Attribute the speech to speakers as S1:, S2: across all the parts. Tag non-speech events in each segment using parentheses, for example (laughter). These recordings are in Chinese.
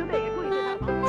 S1: 球队也注意对他防守。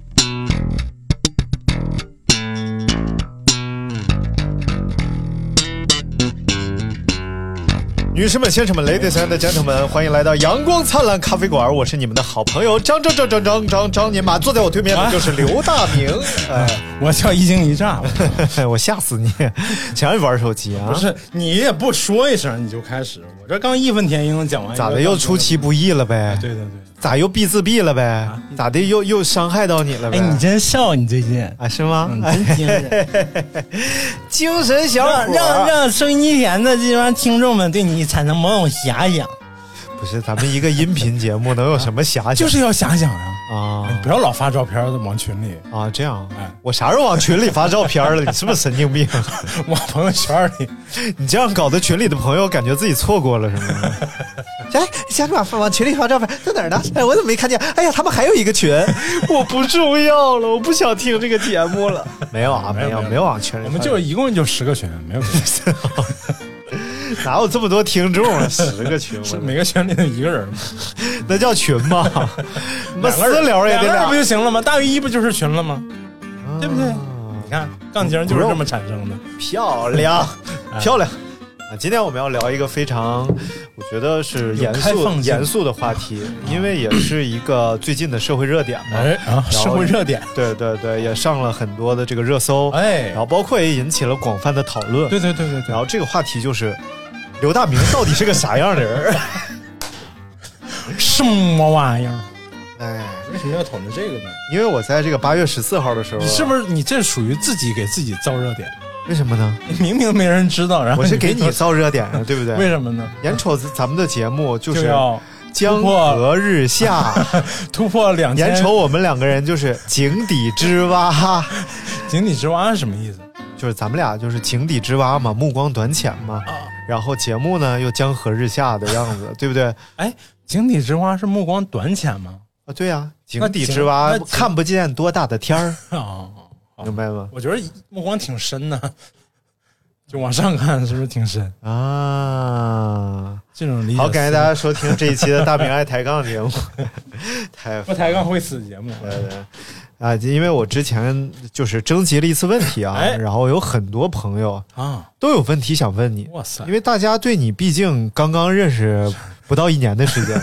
S2: 女士们、先生们，ladies and gentlemen，欢迎来到阳光灿烂咖啡馆，我是你们的好朋友张张张张张张张年马，坐在我对面的就是刘大明，哎，
S3: 我叫一惊
S2: (laughs)
S3: 一乍，
S2: 我吓死你，全爱玩手机啊！
S3: 不是你也不说一声你就开始，我这刚义愤填膺讲完，
S2: 咋的又出其不意了呗？
S3: 对对对，
S2: 咋又避自闭了呗？咋的又又伤害到你了呗？
S3: 哎，你真笑，你最近。
S2: 啊是吗？
S3: 嗯，真精神，
S2: 精神小伙
S3: 让让让收音机前的这帮听众们对你产生某种遐
S2: 哎
S3: 想，
S2: 不是咱们一个音频节目能有什么遐想？
S3: 就是要遐想呀！
S2: 啊
S3: 哎不要老发照片往群里， (laughs)
S2: 啊这样
S3: 哎，
S2: 我啥时候往群里发照片了？你是不是神经病？啊
S3: 往朋友圈里。
S2: 你这样搞得群里的朋友感觉自己错过了什么？哎，先把往群里发照片，在哪儿呢？哎，我怎么没看见？哎呀，他们还有一个群， (laughs) 我不重要了，我不想听这个节目了。没有啊，没有，没有往群里发，
S3: (laughs) 我们就一共就十个群，没有别的
S2: (laughs) 哪有这么多听众啊？十个群，
S3: 是
S2: 我
S3: 每个群里的一个人嘛，
S2: 那叫群 (laughs) 吗？那
S3: 两个
S2: 私
S3: 人
S2: 聊也
S3: 两
S2: 得
S3: 个人
S2: 俩
S3: 不，就行了吗？大于一不就是群了吗？对不对？你看杠精就是这么产生的。
S2: 漂亮，漂亮。啊，今天我们要聊一个非常，我觉得是严
S3: 有开
S2: 肃
S3: 放性
S2: 严肃的话题，因为也是一个最近的社会热点嘛。
S3: 哎啊，社会热点，
S2: (laughs) 对对对，也上了很多的这个热搜，
S3: 哎
S2: 然后包括也引起了广泛的讨论。
S3: (laughs) 对对对对
S2: 然
S3: 对，
S2: 后这个话题就是，刘大明到底是个啥样的人？
S3: 什么玩意儿？
S2: (laughs) 哎，
S3: 为什么要讨论这个呢？
S2: 因为我在这个八月十四号的时候，
S3: 你是
S2: 是
S3: 不是你这属于自己给自己造热点？
S2: 为什么呢？
S3: 明明没人知道，然后
S2: 我是给
S3: 就
S2: 你造热点啊，对不
S3: (laughs) 为
S2: 对？
S3: 什么呢？
S2: 眼瞅着咱们的节目就
S3: 就是要
S2: 江
S3: 突破
S2: 河日
S3: (laughs)
S2: 下，
S3: 突破两千
S2: 眼瞅我们两个人就是井底之蛙，
S3: 井底之蛙是什么意思？
S2: 就是咱们俩就是井底之蛙嘛，目光短浅嘛，
S3: 啊
S2: 然后节目呢又江河日下的样子，对不对？
S3: 哎，井底之蛙是目光短浅吗？
S2: 啊，对呀、啊，井
S3: 那
S2: 底
S3: 井
S2: 之蛙
S3: 那井
S2: 看不见多大的天儿，
S3: 啊，好
S2: 明白吗？
S3: 我觉得目光挺深的，就往上看是不是挺深？
S2: 啊，
S3: 这种理解
S2: 好，感谢大家收听这一期的大明爱抬杠节目，
S3: (laughs)
S2: 太
S3: 不抬杠会死节目。
S2: 啊，因为我之前就是征集了一次问题啊，
S3: 哎
S2: 然后有很多朋友
S3: 啊，
S2: 都有问题想问你，
S3: 哇塞
S2: 因！为大家对你毕竟刚刚认识不到一年的
S3: (laughs)
S2: 时间，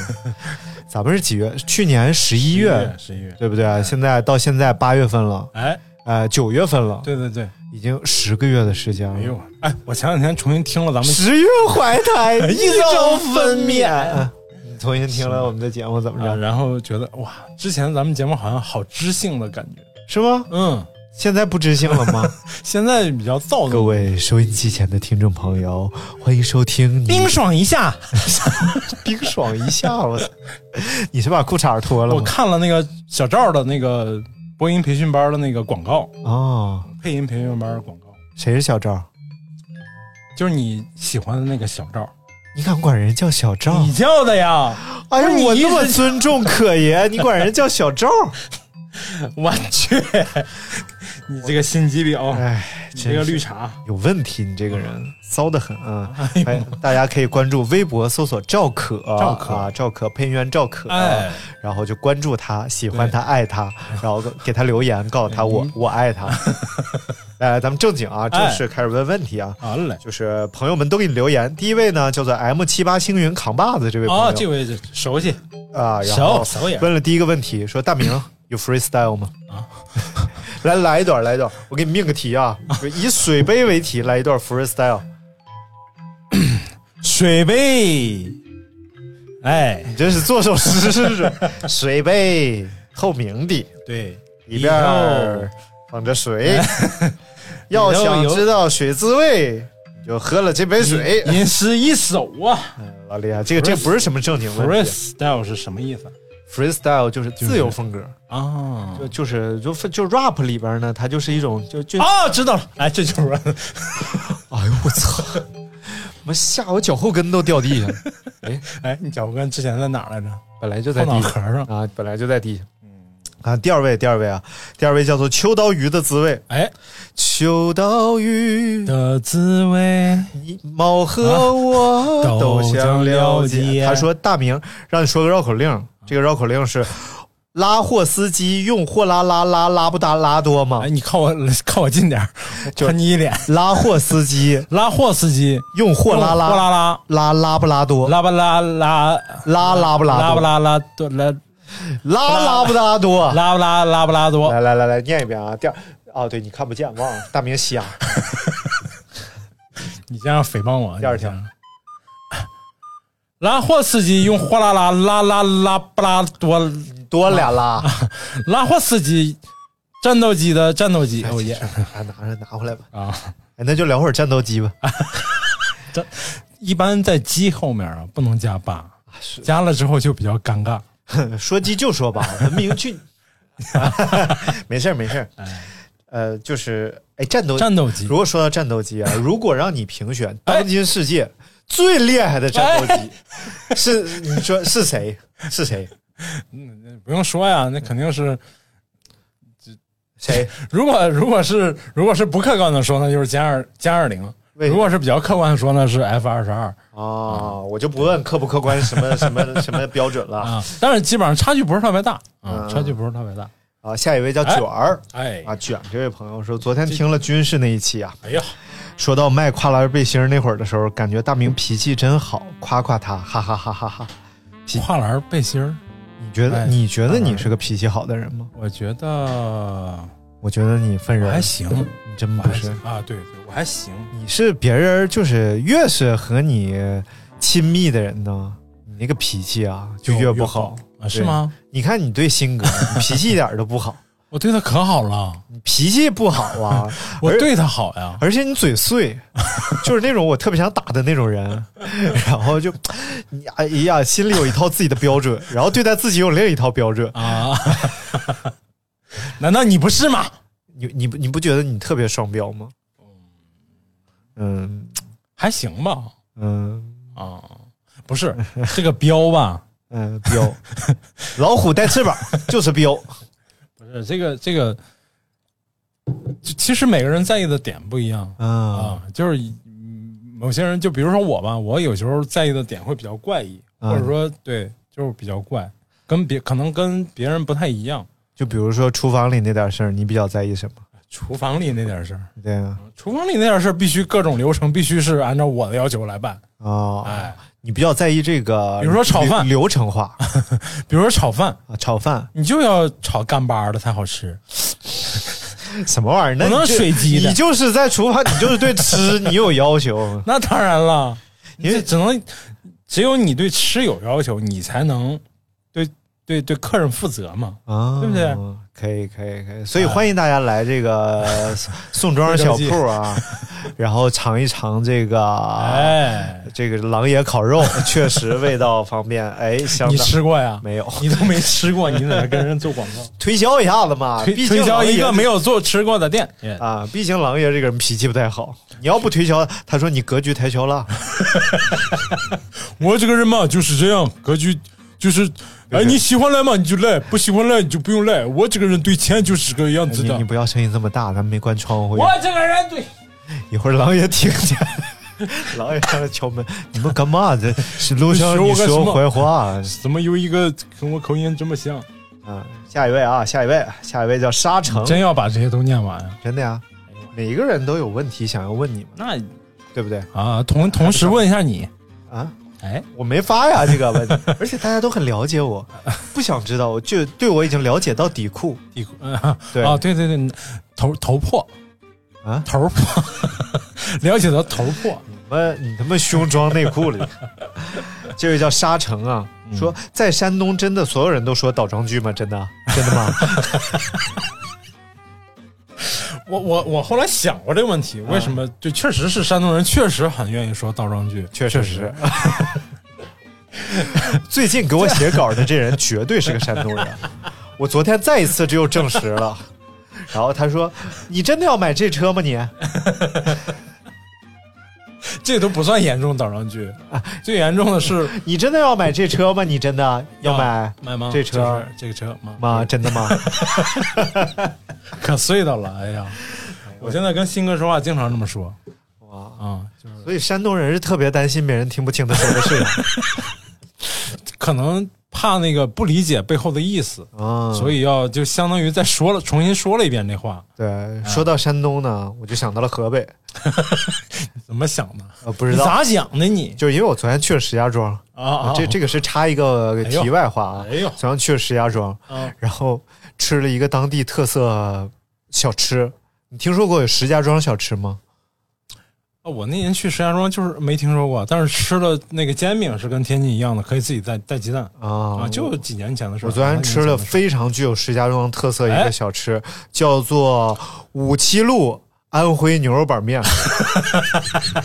S2: 咱们是几月？去年十一
S3: 一
S2: 月，
S3: 十一月，
S2: 对不对？现在到现在八月份了，
S3: 哎，
S2: 呃，九月份了，
S3: 对对对，
S2: 已经十个月的时间
S3: 哎
S2: 了。
S3: 呦，哎，我前两天重新听了咱们
S2: 十月怀胎，
S3: (laughs)
S2: 一
S3: 朝
S2: 朝分
S3: 分
S2: 娩
S3: 娩。
S2: 啊你 (laughs) 重新听了我们的节目怎么着？
S3: 啊，然后觉得哇，之前咱们节目好像好知性的感觉，
S2: 是吗？
S3: 嗯，
S2: 现在不知性了吗？
S3: 现在比较躁
S2: (laughs) 各
S3: 动，
S2: 位收音机前的听众朋友，欢迎收听你
S3: 冰爽一下。
S2: 冰爽一下，我操！ (laughs) 你是把裤衩脱了
S3: 我
S2: 吗？
S3: 看了那个小赵的那个播音培训班的那个广告，
S2: 哦，
S3: 配音培训班的广告，
S2: 谁是小赵？
S3: 就是你喜欢的那个小赵，
S2: 你敢管人叫小赵
S3: 你？叫的呀？ (laughs)
S2: 哎
S3: 不是
S2: 呀，
S3: 你
S2: 我
S3: 一
S2: 那么
S3: 直
S2: 尊重可
S3: (laughs)
S2: 爷，你管人叫小赵？
S3: 我去， (laughs) 你这个心机婊，
S2: 哎，
S3: 你这个
S2: 真是
S3: 绿茶，
S2: 有问题，你这个人
S3: 嗯
S2: 骚得很啊！哎，大家可以关注微博搜索赵可，
S3: 赵可
S2: 啊，赵可配音员赵可，
S3: 哎，
S2: 然后就关注他，喜欢他，爱他，然后给他留言，告诉
S3: 哎
S2: 他我我爱
S3: (laughs)
S2: 他。来，咱们正经啊，正式开始问问题啊。
S3: 好嘞，
S2: 就是朋友们都给你留言，第一位呢叫做 M 七八星云扛把子这位朋友
S3: 哦，这位是熟悉，
S2: 啊，然后
S3: 熟熟也，
S2: 问了第一个问题，说大 (laughs) 明有 freestyle 吗？ (laughs) 来来一段，来一段，我给你命个题 (laughs) 啊，以水杯为题，来一段 freestyle。
S3: 水杯，哎，
S2: 你这是做首诗是不 (laughs) 是？水杯透明的，
S3: 对，
S2: 里边儿放着水，要 (laughs)
S3: 里头
S2: 想
S3: 有
S2: 知道水滋味，你就喝了这杯水。
S3: 吟诗一首啊
S2: 老李啊，这个这个不是什么正经问题啊
S3: ，freestyle 是什么意思
S2: ，freestyle 就是自由风格，
S3: 啊？
S2: 就就是就就 rap 里边呢，它就是一种就就
S3: 哦，知道了，哎，这就是
S2: 哎呦我操！我吓我脚后跟都掉地上，
S3: 哎，你脚后跟之前在哪儿来着？
S2: 本来就在
S3: 后
S2: 地
S3: 脑壳
S2: 上
S3: 上。
S2: 啊，本来就在地上。啊，第二位，第二位啊，第二位叫做秋刀鱼的滋味。
S3: 哎
S2: 秋刀鱼
S3: 的滋味，
S2: 你猫和我
S3: 啊
S2: 都想了
S3: 都想了
S2: 解。
S3: 解
S2: 他说大明让你说个绕口令，这个绕口令是拉货司机用货拉拉拉拉不达拉多吗
S3: 哎，？你靠我靠我近点儿，
S2: 就
S3: 喷你一脸。
S2: 拉货司机
S3: 拉货司机，
S2: 用货拉
S3: 货拉
S2: 拉
S3: 拉，
S2: 拉拉不拉多
S3: 拉不拉拉，
S2: 拉拉不拉
S3: 拉不
S2: 多
S3: 拉拉多拉
S2: 拉拉不拉多。
S3: 拉不拉拉不拉多。
S2: 来来来来，念一遍啊！第二哦，对你看不见，忘了大明
S3: (laughs)
S2: 瞎。
S3: 你这样诽谤我。
S2: 第二条
S3: 你这样，拉货司机用货拉拉拉拉拉不拉多，
S2: 多俩拉，
S3: 拉货司机，战斗机的战斗机， (laughs) 哦耶
S2: 哎拿拿拿回来吧。
S3: 啊！
S2: 哎，那就聊会儿战斗机
S3: (laughs)
S2: 吧。
S3: 一般在鸡后面啊，不能加八，加了之后就比较尴尬。
S2: 说鸡就说吧，文明
S3: (laughs)
S2: 俊。没事儿没事儿，呃，就是哎，战斗
S3: 哎战斗机哎
S2: 如果说到战斗机啊，如果让你评选当今世界最厉害的战斗机，
S3: 哎
S2: 是你说是谁？是谁？
S3: 不用说呀，那肯定是， (laughs)
S2: 谁？
S3: 如果如果是如果是不客观的说，那就是歼二歼二零；
S2: 为什么
S3: 如果是比较客观的说，那是 F 二十二
S2: 哦，我就不问客不客观什么什么什么标准了
S3: 啊。但是基本上差距不是特别大啊，
S2: 嗯
S3: 差距不是特别大。
S2: 啊。下一位叫卷儿
S3: 哎，
S2: 啊，卷这位朋友说，昨天听了军事那一期啊，
S3: 哎呀，
S2: 说到卖跨栏背心儿那会儿的时候，感觉大明脾气真好，夸夸他，哈哈哈哈哈。
S3: 跨栏背心儿，
S2: 你觉得、
S3: 哎
S2: 你觉得你是个脾气好的人吗？
S3: 我觉得
S2: 我觉得你分
S3: 我
S2: 人
S3: 还，行，
S2: 你真
S3: 我
S2: 不
S3: 还
S2: 是
S3: 行，啊，对对，我还行。
S2: 你是别人就是越是和你亲密的人呢，你那个脾气啊就越不好。
S3: 啊？是吗？
S2: 你看你对新哥，你脾气一点都不好，
S3: 我对他可好了，
S2: 你脾气不好
S3: (laughs)
S2: 啊，
S3: 我
S2: 而
S3: 对他好呀。
S2: 而且你嘴
S3: (laughs)
S2: 碎，就是那种我特别想打的那种人， (laughs) 然后就，你哎呀，心里有一套自己的标
S3: (laughs)
S2: 准，然后对待自己有另一套标准。
S3: 啊， (laughs) 难道你不是吗？
S2: 你你不你不觉得你特别双标吗？嗯
S3: 还行吧，
S2: 嗯
S3: 啊，不是这个标吧？
S2: 嗯，
S3: (laughs)
S2: 标，老虎带翅膀就是标。
S3: 不是这个这个，就其实每个人在意的点不一样
S2: 嗯
S3: (laughs) 啊，就是嗯某些人，就比如说我吧，我有时候在意的点会比较怪异，
S2: 嗯
S3: 或者说对，就是比较怪，跟别可能跟别人不太一样。
S2: 就比如说厨房里那点事儿，你比较在意什么？
S3: 厨房里那点事儿，
S2: 对啊，
S3: 厨房里那点事儿必须各种流程必须是按照我的要求来办。
S2: 哦，
S3: 哎，
S2: 你比较在意这个，
S3: 比如说炒饭
S2: 流流程化
S3: 比如说炒饭，
S2: 啊，炒饭
S3: 你就要炒干巴的才好吃。 (laughs)
S2: 什么玩意儿？那
S3: 我
S2: 你
S3: 能
S2: 就
S3: 水鸡的
S2: 你就是在厨房，你就是对
S3: (laughs)
S2: 吃你有要求。
S3: 那当然了，
S2: 因
S3: 因
S2: 为
S3: 为只能只有你对吃有要求，你才能对对对客人负责嘛。
S2: 啊，
S3: 对不对？
S2: 可以，可以，可以。所以欢迎大家来这
S3: (laughs)
S2: 个宋庄小铺啊，然后尝一尝这个
S3: 哎，
S2: 这个狼野烤
S3: (laughs)
S2: 肉，确实味道方便，哎，相
S3: 你
S2: 当
S3: 吃过呀？
S2: 没有
S3: 你都没吃 (laughs) 过，你在那跟人做广告，
S2: 推销一下子嘛，
S3: (laughs) 推
S2: 毕竟
S3: 推销一个
S2: 狼爷
S3: 没有做吃过的店。
S2: 啊，毕竟狼爷这个人脾气不太好，你要不推销，他说你格局太小
S3: (laughs)
S2: 了。
S3: 我这个人嘛就是这样，格局就是。哎，你喜欢来嘛你就来，不喜欢来你就不用来。我这个人对钱就是这个样子
S2: 你
S3: 的
S2: 你。不要声音这么大，咱们没关窗户，
S3: 我这个人对，
S2: 一会儿狼爷听见。 (laughs) 狼爷上来敲门，你们干嘛？这是路上
S3: 你
S2: 你
S3: 学我干什
S2: 说
S3: 么
S2: 坏话
S3: 怎么有一个跟我口音这么像？
S2: 啊！下一位啊，下一位，下一位叫沙城，
S3: 真要把这些都念完啊？
S2: 真的呀、每个人都有问题想要问你们，
S3: 那
S2: 对不对
S3: 啊，同同时问一下你，
S2: 啊？
S3: 哎，
S2: 我没发呀，这个
S3: (laughs)
S2: 问题，而且大家都很了解我，不想知道，我就对我已经了解到底裤
S3: 地库， (laughs) 啊
S2: 对
S3: 啊，对对对，头头破
S2: 啊！
S3: 头破， (laughs) 了解到头破，
S2: 你妈，你他妈胸装内裤
S3: (laughs)
S2: 了！这位叫沙城啊，
S3: 嗯
S2: 说在山东真的所有人都说倒装句吗？真的，真的吗？
S3: 我我我后来想过这个问题，
S2: 啊
S3: 为什么？就确实是山东人，确实很愿意说倒装句，
S2: 确
S3: 实
S2: 实 (laughs) 是最近给我写稿的这人绝对是个山东人，我昨天再一次只有证实了。然后他说：“你真的要买这车吗你？”
S3: 这都不算严重倒装句，
S2: 啊
S3: 最严重的是啊
S2: 你真的要买这车吗？你真的要买
S3: 买吗？
S2: 这车
S3: 就是这个车啊吗？
S2: 吗？真的
S3: (laughs)
S2: 吗？
S3: 可碎到了，
S2: (laughs)
S3: 哎呀！我现在跟新哥说话经常这么说，哇啊、就是
S2: 所以山东人是特别担心别人听不清他说
S3: (laughs)
S2: 的是啥
S3: 可能怕那个不理解背后的意思，
S2: 啊。
S3: 所以要就相当于再说了，重新说了一遍这话，啊
S2: 对，说到山东呢，我就想到了河北，
S3: 怎么想的？
S2: 呃，不
S3: 你
S2: 知道，
S3: 咋想的你？
S2: 就因为我昨天去了石家庄，
S3: 啊，
S2: 这这个是插一个
S3: 哎呦
S2: 题外话啊。
S3: 哎呦
S2: 昨天去了石家庄，
S3: 啊
S2: 然后吃了一个当地特色小吃。你听说过有石家庄小吃吗？
S3: 啊我那年去石家庄就是没听说过，但是吃了那个煎饼是跟天津一样的，可以自己带带鸡蛋
S2: 啊
S3: 啊，就几年前的事儿。
S2: 我昨天吃了非常具有石家庄特色一个小吃，叫做五七路安徽牛肉板面。 (laughs)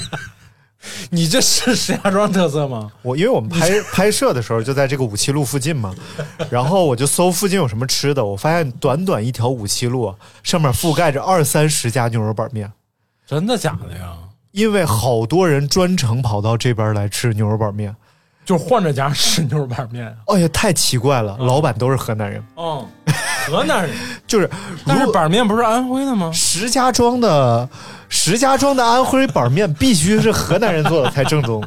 S3: 你这是石家庄特色吗？
S2: 我因为我们拍拍摄的时候就在这个五七路附近嘛， (laughs) 然后我就搜附近有什么吃的，我发现短短一条五七路上面覆盖着二三十家牛肉板面，
S3: 真的假的呀？
S2: 因为好多人专程跑到这边来吃牛肉板面。
S3: 就换着家吃牛肉板面。啊
S2: 哎呀，太奇怪了，老板都是河南人，
S3: 嗯， (laughs) 河南人，
S2: 就是
S3: 但
S2: 如
S3: 是
S2: 果
S3: 板面不是安徽的吗？
S2: 石家庄的石家庄的安徽板面必须是河南人做的才正宗。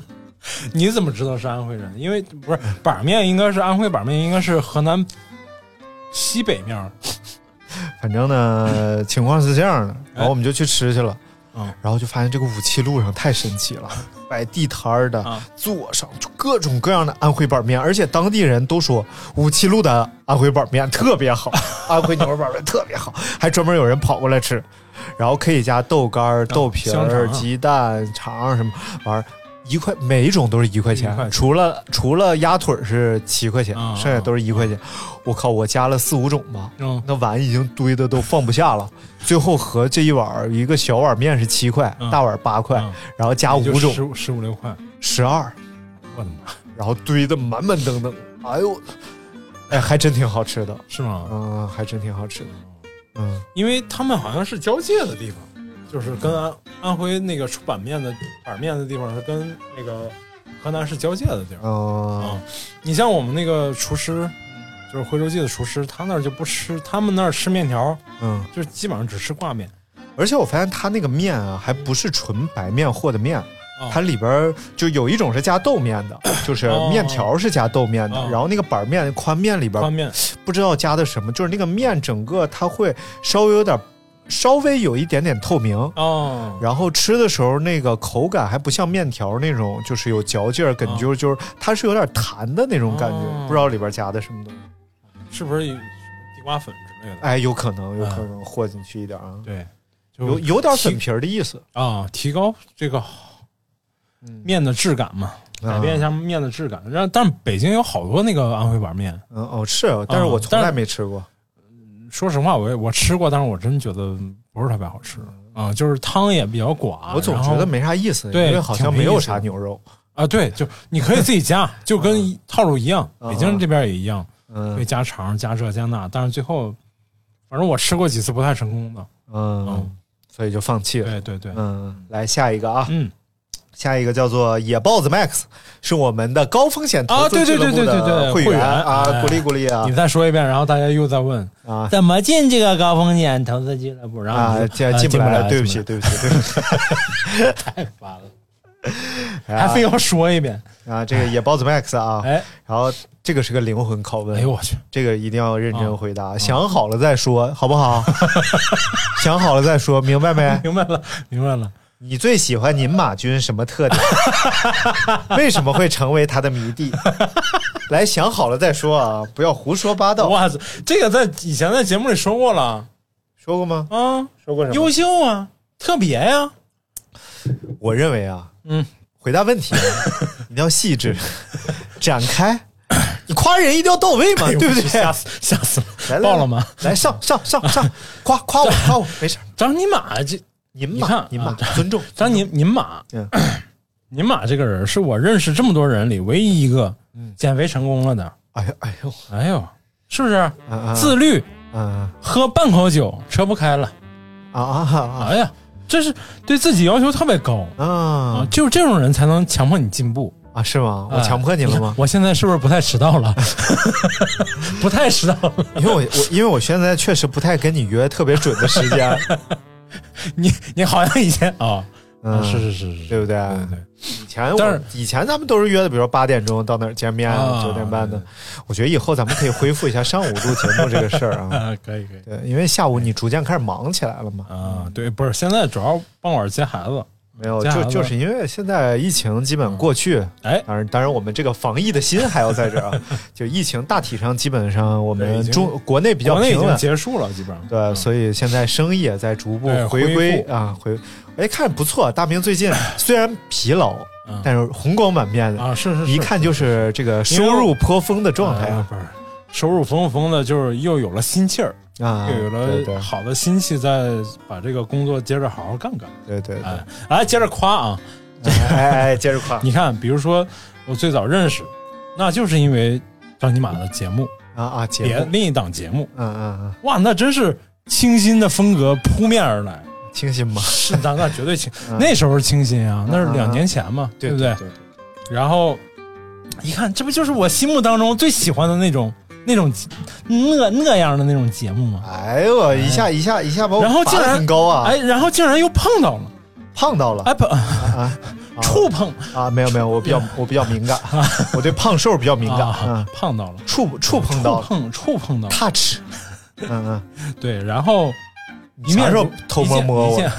S3: 你怎么知道是安徽人？因为不是板面，应该是安徽板面，应该是河南西北面儿。
S2: 反正呢，情况是这样的，然后我们就去吃去了，
S3: 哎嗯
S2: 然后就发现这个五七路上太神奇了，摆地摊儿的，
S3: 啊
S2: 坐上就各种各样的安徽板面，而且当地人都说五七路的安徽板面 (laughs) 特别
S3: (laughs)
S2: 好，安徽牛肉板面特别好，还专门有人跑过来吃，然后可以加豆干儿、豆皮
S3: 香肠
S2: 儿、
S3: 啊
S2: 鸡蛋、肠什么玩意儿。一块，每一种都是一块钱，
S3: 一块钱
S2: 除了除了鸭腿儿是七块钱，
S3: 啊
S2: 剩下都是一块钱。我靠，我加了四五种吧，
S3: 嗯
S2: 那碗已经堆的都放不下了。最后和这一碗儿一个小碗面是七块，
S3: 嗯
S2: 大碗八块，
S3: 嗯
S2: 然后加五种
S3: 十十五六嗯块。
S2: 十二，
S3: 我的妈，
S2: (laughs) 然后堆的满满登登。哎呦，哎，还真挺好吃的，
S3: 是吗？
S2: 嗯，还真挺好吃的，嗯，
S3: 因为他们好像是交界的地方，就是跟安安徽那个出板面的板面的地方是跟那个河南是交界的地方。哦
S2: 嗯，
S3: 你像我们那个厨师，就是徽州记的厨师，他那儿就不吃，他们那儿吃面条，
S2: 嗯，
S3: 就是基本上只吃挂面。
S2: 而且我发现它那个面啊，还不是纯白面和的面，
S3: 啊
S2: 它里边儿就有一种是加豆面的，就是
S3: 哦
S2: 面条是加豆面的，
S3: 哦
S2: 然后那个板面宽面里边
S3: 宽面
S2: 不知道加的什么，就是那个面整个它会稍微有点，稍微有一点点透明。
S3: 哦，
S2: 然后吃的时候，那个口感还不像面条那种，就是有嚼劲儿，感觉就是它是有点弹的那种感觉，
S3: 哦
S2: 不知道里边加的什么东西。
S3: 是不是有什么地瓜粉之类的？
S2: 哎，有可能，有可能和进去一点啊，
S3: 对，就
S2: 有有点
S3: 提
S2: 粉皮儿的意思。
S3: 啊，提高这个面的质感嘛，
S2: 啊
S3: 改变一下面的质感。然后，但北京有好多那个安徽板面，
S2: 嗯，哦，是，但是我从
S3: 但
S2: 来
S3: 是
S2: 没吃过。
S3: 嗯说实话，我也我吃过，但是我真觉得不是特别好吃啊，就是汤也比较寡。
S2: 嗯我总
S3: 然后
S2: 觉得没啥意思，
S3: 对
S2: 因为好像
S3: 挺
S2: 没
S3: 没
S2: 有
S3: 意思
S2: 啥牛肉。
S3: 啊，对，就你可以自己
S2: (laughs) 嗯
S3: 加，就跟套路一样，
S2: 啊
S3: 北京这边也一样，会
S2: 嗯
S3: 加肠、加这加那，但是最后，反正我吃过几次不太成功的。
S2: 嗯
S3: 嗯，
S2: 所以就放弃了。
S3: 对对对，
S2: 嗯，来下一个啊，
S3: 嗯，
S2: 下一个叫做野豹子 Max，是我们的高风险投
S3: 啊
S2: 资
S3: 对
S2: 俱
S3: 对
S2: 乐部
S3: 对对对
S2: 的
S3: 对
S2: 会
S3: 会
S2: 员
S3: 员
S2: 啊，
S3: 哎
S2: 鼓励鼓励啊
S3: 你再说一遍，然后大家又在问
S2: 啊
S3: 怎么进这个高风险投资俱乐部，然后
S2: 啊！
S3: 你
S2: 进
S3: 就
S2: 进不来了，对不，起
S3: 进
S2: 对不起对不
S3: (laughs)
S2: 起
S3: 太烦了，还
S2: 啊
S3: 非要说一遍，
S2: 啊！这个野豹子 Max 啊，
S3: 哎，
S2: 然后这个是个灵魂拷问，
S3: 哎呦哦我去，
S2: 这个一定要认真回答，想好了再说，好不
S3: (laughs)
S2: 好？想好了再说，明白没？
S3: 明白了，明白了，
S2: 你最喜欢您马军什么特
S3: (laughs)
S2: 点？为什么会成为他的迷弟？来想好了再说啊，不要胡说八道。
S3: 哇塞，这个在以前在节目里说过了
S2: 说过吗？
S3: 啊，
S2: 说过什么？
S3: 优秀啊，特别呀、
S2: 我认为啊，
S3: 嗯， (laughs)
S2: 回答问题啊一定要细致，展开。你夸夸人一定要到位嘛，
S3: 哎呦
S2: 对不对？
S3: 吓死吓死
S2: 来
S3: 了，爆了吗？？
S2: 来来上上上上，夸夸我夸我，没事儿，
S3: 张尼玛这，
S2: 您
S3: 你
S2: 嘛
S3: 看
S2: 您嘛
S3: 啊，
S2: 尊重。
S3: 张尼尼玛
S2: 嗯，
S3: (coughs) 尼玛这个人是我认识这么多人里唯一一个
S2: 嗯
S3: 减肥成功了的。
S2: 哎呦哎呦，
S3: 哎呦，是不是
S2: 啊
S3: 自律？
S2: 啊
S3: 喝半口酒车不开了。
S2: 啊啊
S3: 哎呀，这是对自己要求特别高
S2: 啊啊
S3: 啊！只有这种人才能强迫你进步。
S2: 啊！是吗？我
S3: 哎
S2: 强迫你了吗？
S3: 我现在是不是不太迟到了？ (laughs) 不太迟到了。 (laughs)
S2: 因为我我因为我现在确实不太跟你约特别准的时间，
S3: (laughs) 你你好像以前啊，
S2: 嗯，
S3: 是是是是，
S2: 对不对？
S3: 对
S2: 以前我
S3: 但是
S2: 以前咱们都是约的，比如说八点钟到那儿见面，
S3: 啊
S2: 九点半的。我觉得以后咱们可以恢复一下上午录节目这个事儿啊。
S3: 啊，可以可以
S2: 对，因为下午你逐渐开始忙起来了嘛。
S3: 啊，对，不是现在主要傍晚接孩子，
S2: 没有，
S3: 接
S2: 就
S3: 孩子
S2: 就是因为现在疫情基本过去，
S3: 哎，
S2: 当然当然我们这个防疫的心还要在这儿
S3: (laughs)
S2: 啊。就疫情大体上基本上我
S3: 对已
S2: 们
S3: 经
S2: 中国内比较
S3: 国内已
S2: 平
S3: 经
S2: 稳，
S3: 结束了，基本上。嗯
S2: 对，所以现在生意也在逐步
S3: 哎
S2: 回
S3: 恢
S2: 归
S3: 复
S2: 啊，回哎看不错，大明最
S3: (laughs)
S2: 近虽然疲劳，
S3: 嗯
S2: 但是红光满面的，
S3: 啊，是是，
S2: 一看就是这个
S3: 因
S2: 收
S3: 为我
S2: 入颇丰的状态
S3: 哎
S2: 啊
S3: 不是收入丰丰的，就是又有了心气儿，
S2: 啊，
S3: 嗯又有
S2: 对对
S3: 了好的心气，再把这个工作接着好好干干。
S2: 对对对，
S3: 哎，来接着夸啊！
S2: 哎哎，接着夸
S3: 你看，比如说我最早认识，那就是因为张尼玛的节目，
S2: 啊啊，节
S3: 别
S2: 目，
S3: 另一档节目，
S2: 嗯嗯
S3: 哇，那真是清新的风格扑面而来，
S2: 嗯，清新吧，
S3: 是那那绝对清，
S2: 嗯
S3: 那时候清新啊，那是两年前嘛，
S2: 对
S3: 不对？
S2: 对对
S3: 然后一看，这不就是我心目当中最喜欢的那种那种那那样的那种节目吗？
S2: 哎呦，一下一下一下把我
S3: 然后
S2: 拔
S3: 竟
S2: 得
S3: 然
S2: 很高啊，
S3: 哎，然后竟然又碰到了，
S2: 胖到了
S3: 哎不，
S2: 啊，啊
S3: 触碰
S2: 啊，没有没有，我比
S3: (laughs)
S2: 较我比较敏感，我对胖瘦比较敏感，嗯
S3: 啊，，碰到了，
S2: 触触碰到了
S3: 触碰触碰到了， (laughs)
S2: touch，嗯嗯。
S3: 对，然后一
S2: 啥
S3: 面
S2: 时候
S3: 如
S2: 偷摸摸我
S3: 一见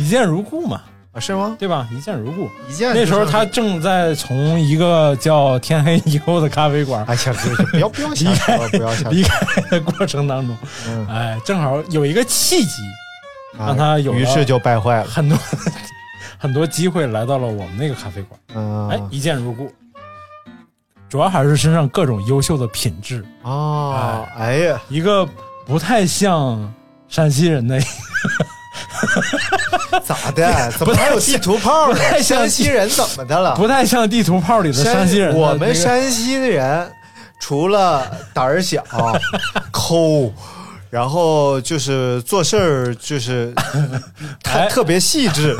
S3: (laughs) 一见一见如故嘛，
S2: 啊？是吗？
S3: 对吧？一见如
S2: (laughs)
S3: 故。
S2: 一见
S3: 那时候
S2: 就是
S3: 他正在从一个叫“天黑以后”的咖啡馆
S2: 哎呀，不是不要不
S3: (laughs)
S2: 要瞎说，不要瞎
S3: 离
S2: 说，
S3: 开的 (laughs) 过程当中，
S2: 嗯
S3: 哎，正好有一个契机，
S2: 啊
S3: 让他有了
S2: 于是就败坏了。
S3: 很多 (laughs) 很多机会来到了我们那个咖啡馆，
S2: 嗯，
S3: 哎，一见如故。主要还是身上各种优秀的品质，
S2: 哦，哎呀，
S3: 一个不太像山西人的，
S2: 咋的？
S3: (laughs)
S2: 怎
S3: 不
S2: 么
S3: 太
S2: 还有地图炮呢
S3: 不？太像
S2: 山西人怎么的了？
S3: (laughs) 不太像地图炮里的山西人的
S2: 啊我
S3: 这
S2: 们
S3: 个
S2: 山西的人除了胆儿
S3: (laughs)
S2: 小、抠，然后就是做事儿
S3: (laughs)
S2: 就是太
S3: 哎
S2: 特别细
S3: (laughs)
S2: 致，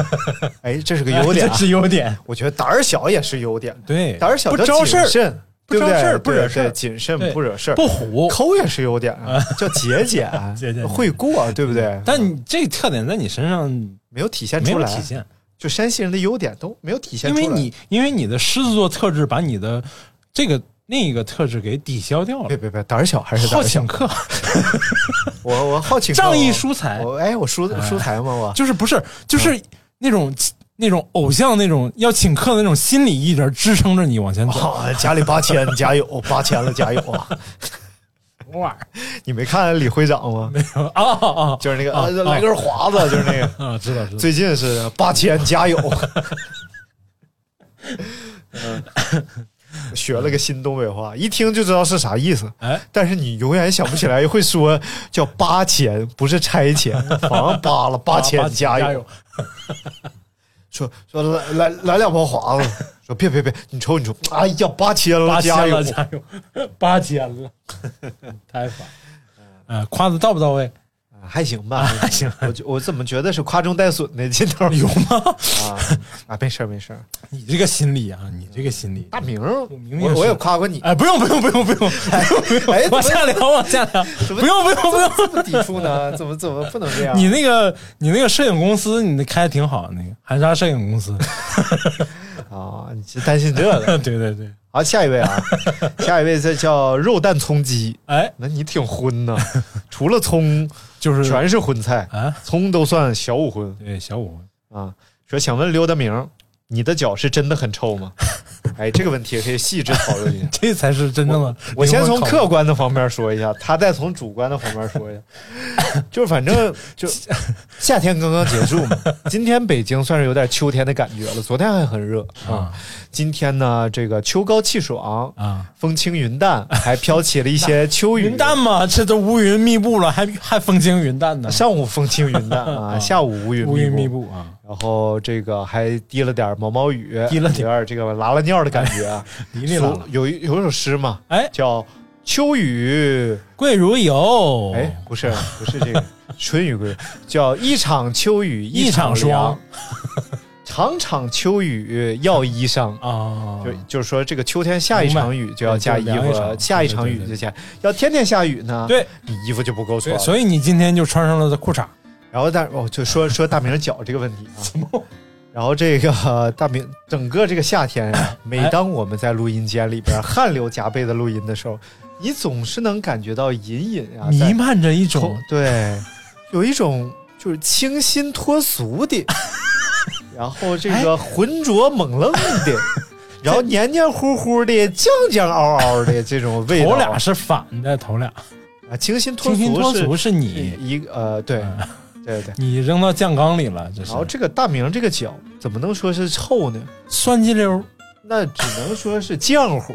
S2: 哎，这是个
S3: 哎
S2: 优点
S3: (laughs) 这
S2: 啊。
S3: 是优点，
S2: 我觉得胆儿小也是优点，
S3: 对，
S2: 胆儿小
S3: 不
S2: 叫
S3: 招事
S2: 谨
S3: 儿，
S2: 慎，
S3: 不招
S2: 对对
S3: 事儿不惹事儿
S2: 对对谨慎
S3: 对
S2: 不惹事儿，
S3: 不虎，
S2: 抠也是优点啊，叫节俭，
S3: (laughs) 节俭嗯
S2: 会过，对不对？
S3: 但你这特点在你身上
S2: 没有体现
S3: 没
S2: 出
S3: 有
S2: 来，
S3: 体现，
S2: 就山西人的优点都没有体现
S3: 因
S2: 出来，
S3: 为你因为你的狮子座特质把你的这个另一个特质给抵消掉
S2: 别
S3: 了。
S2: 别别，胆儿小还是胆
S3: 好
S2: 儿小
S3: 请？客，
S2: 我我
S3: (laughs)
S2: 好请客
S3: 仗义疏财，
S2: 啊我嗯哎，我疏疏财吗？我
S3: 就是不是就是那种那种偶像那种要请客的那种心理一直支撑着你往前走。
S2: 哦，家里八 (laughs) 千，加油，八千了，加油啊！
S3: 哇，
S2: 你没看李会长吗？
S3: (laughs) 啊啊
S2: 哦就是那个
S3: 啊
S2: 啊
S3: 啊
S2: 来根华子，就是 (laughs) 那个。
S3: 啊啊！知道知道。
S2: 最近是八千，加油！嗯， (laughs) 学了个新东北话，一听就知道是啥意思。
S3: 哎，
S2: 但是你永远想不起来，会说叫八千，不是拆迁，房扒了啊八千，
S3: 加
S2: 油！！说说来来来两包华
S3: (laughs)
S2: 子，说别别别，你瞅你瞅，哎呀，八千了，
S3: 八
S2: 加
S3: 千
S2: 油
S3: 了！加油！ (laughs) 八千了，太烦。呃，夸的到不到位？
S2: 还行吧，还
S3: 啊行。
S2: 我就我怎么觉得是夸中带损的劲头？
S3: 有吗？
S2: 啊啊，没事儿没事儿。
S3: 你这个心理啊，你这个心理。
S2: 大明儿，
S3: 明明
S2: 我
S3: 是
S2: 我也夸过你，
S3: (laughs) 哎，不用不用不用不用，不用
S2: 哎
S3: 往下聊往下聊，
S2: 怎么
S3: 不用不用不用。
S2: 这么抵触呢？怎么怎么不能这样？
S3: 你那个你那个摄影公司，你那开的挺好，那个含沙摄影公司。
S2: 啊，你是担心这个？
S3: (laughs) 对对对，
S2: 好，下一位啊，下一位这叫肉蛋葱鸡。
S3: 哎，
S2: 那你挺荤
S3: (laughs)
S2: 呐，除了葱
S3: 就是
S2: 全是荤菜，
S3: 啊，
S2: 葱都算小五荤
S3: 对小五。
S2: 啊。说想问刘德明，你的脚是真的很臭吗？哎，这个问题可以细致讨论一下
S3: (laughs) 这才是真正的
S2: 我先从
S3: 灵魂拷问
S2: 客观的方面说一下，他再从主观的方面说一下。
S3: (laughs)
S2: 就是反正就夏天刚刚结束嘛，今天北京算是有点秋天的感觉了，昨天还很热啊。今天呢，这个秋高气爽，
S3: 啊，
S2: 风轻云淡，还飘起了一
S3: (laughs)
S2: 些秋雨。
S3: 云淡嘛，这都乌云密布了，还还风轻云淡呢，
S2: 上午风轻云淡啊，
S3: 啊
S2: 下午乌云
S3: 乌云密
S2: 密布。
S3: 布啊，
S2: 然后这个还滴了点毛毛雨，
S3: 滴了点哎
S2: 有点这个拉拉尿的感觉啊。
S3: 泥里了
S2: 俗。有一有一首诗嘛，
S3: 哎
S2: 叫“秋雨
S3: 贵如”，油，
S2: 哎，不是不是这个 (laughs) 春雨归，叫“一场秋雨
S3: 一
S2: 场
S3: 场
S2: 凉
S3: 霜，
S2: 场场秋雨要衣裳”。
S3: 啊，
S2: 就就是说，这个秋天下一场雨就要加衣
S3: 明白对就
S2: 服
S3: 凉，一场
S2: 下一场雨就加，要天天下雨呢，
S3: 对，
S2: 你衣服就不够穿
S3: 对，
S2: 了。
S3: 所以你今天就穿上了裤衩，
S2: 然后大哦，就说说大明脚这个问题啊。然后这个 (laughs) 呃大明，整个这个夏
S3: (coughs)
S2: 天啊，每当我们在录音间里边汗流浃背的录音的时候，你总是能感觉到隐隐啊
S3: 弥
S2: 在
S3: 漫着一种
S2: 从对，有一种就是清新脱俗
S3: (laughs)
S2: 的，然后这个浑浊猛愣的，
S3: 哎
S2: 然后黏黏糊糊的、犟犟嗷嗷的这种味道。
S3: 头俩是反的，头俩
S2: 啊，清新脱
S3: 清新脱
S2: 俗
S3: 俗
S2: 是
S3: 是你，
S2: 一个呃，对
S3: 嗯
S2: 对对。
S3: 你扔到酱缸里了，这是
S2: 然后这个大明这个脚怎么能说是臭呢？
S3: 酸鸡溜，
S2: 那只能说是浆糊，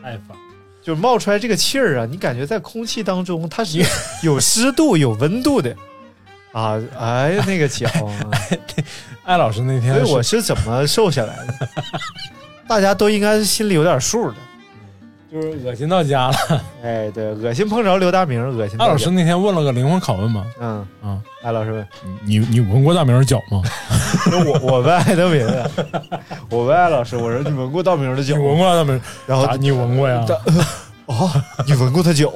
S3: 太烦。
S2: 就是冒出来这个气儿啊，你感觉在空气当中它是 (laughs) 有湿度、有温度的啊！哎呀，那个脚
S3: (laughs)
S2: 啊，
S3: 艾老师那天
S2: 所
S3: 哎是，
S2: 以我是怎么瘦下来的？ (laughs) 大家都应该是心里有点数的。
S3: 就是恶心到家了。
S2: 哎，对，恶心碰着刘大明，恶心。
S3: 艾老师，那天问了个灵魂拷问嘛，
S2: 嗯
S3: 嗯，
S2: 艾老师问，
S3: 你你闻过大明儿脚吗？
S2: 那我我问 (laughs) 艾德明啊， (laughs) 我问艾老师，我说你闻过大明的
S3: 你
S2: 脚吗？
S3: 闻过大明儿？
S2: 然后
S3: 咋你闻过呀？
S2: 哦，你闻过他脚？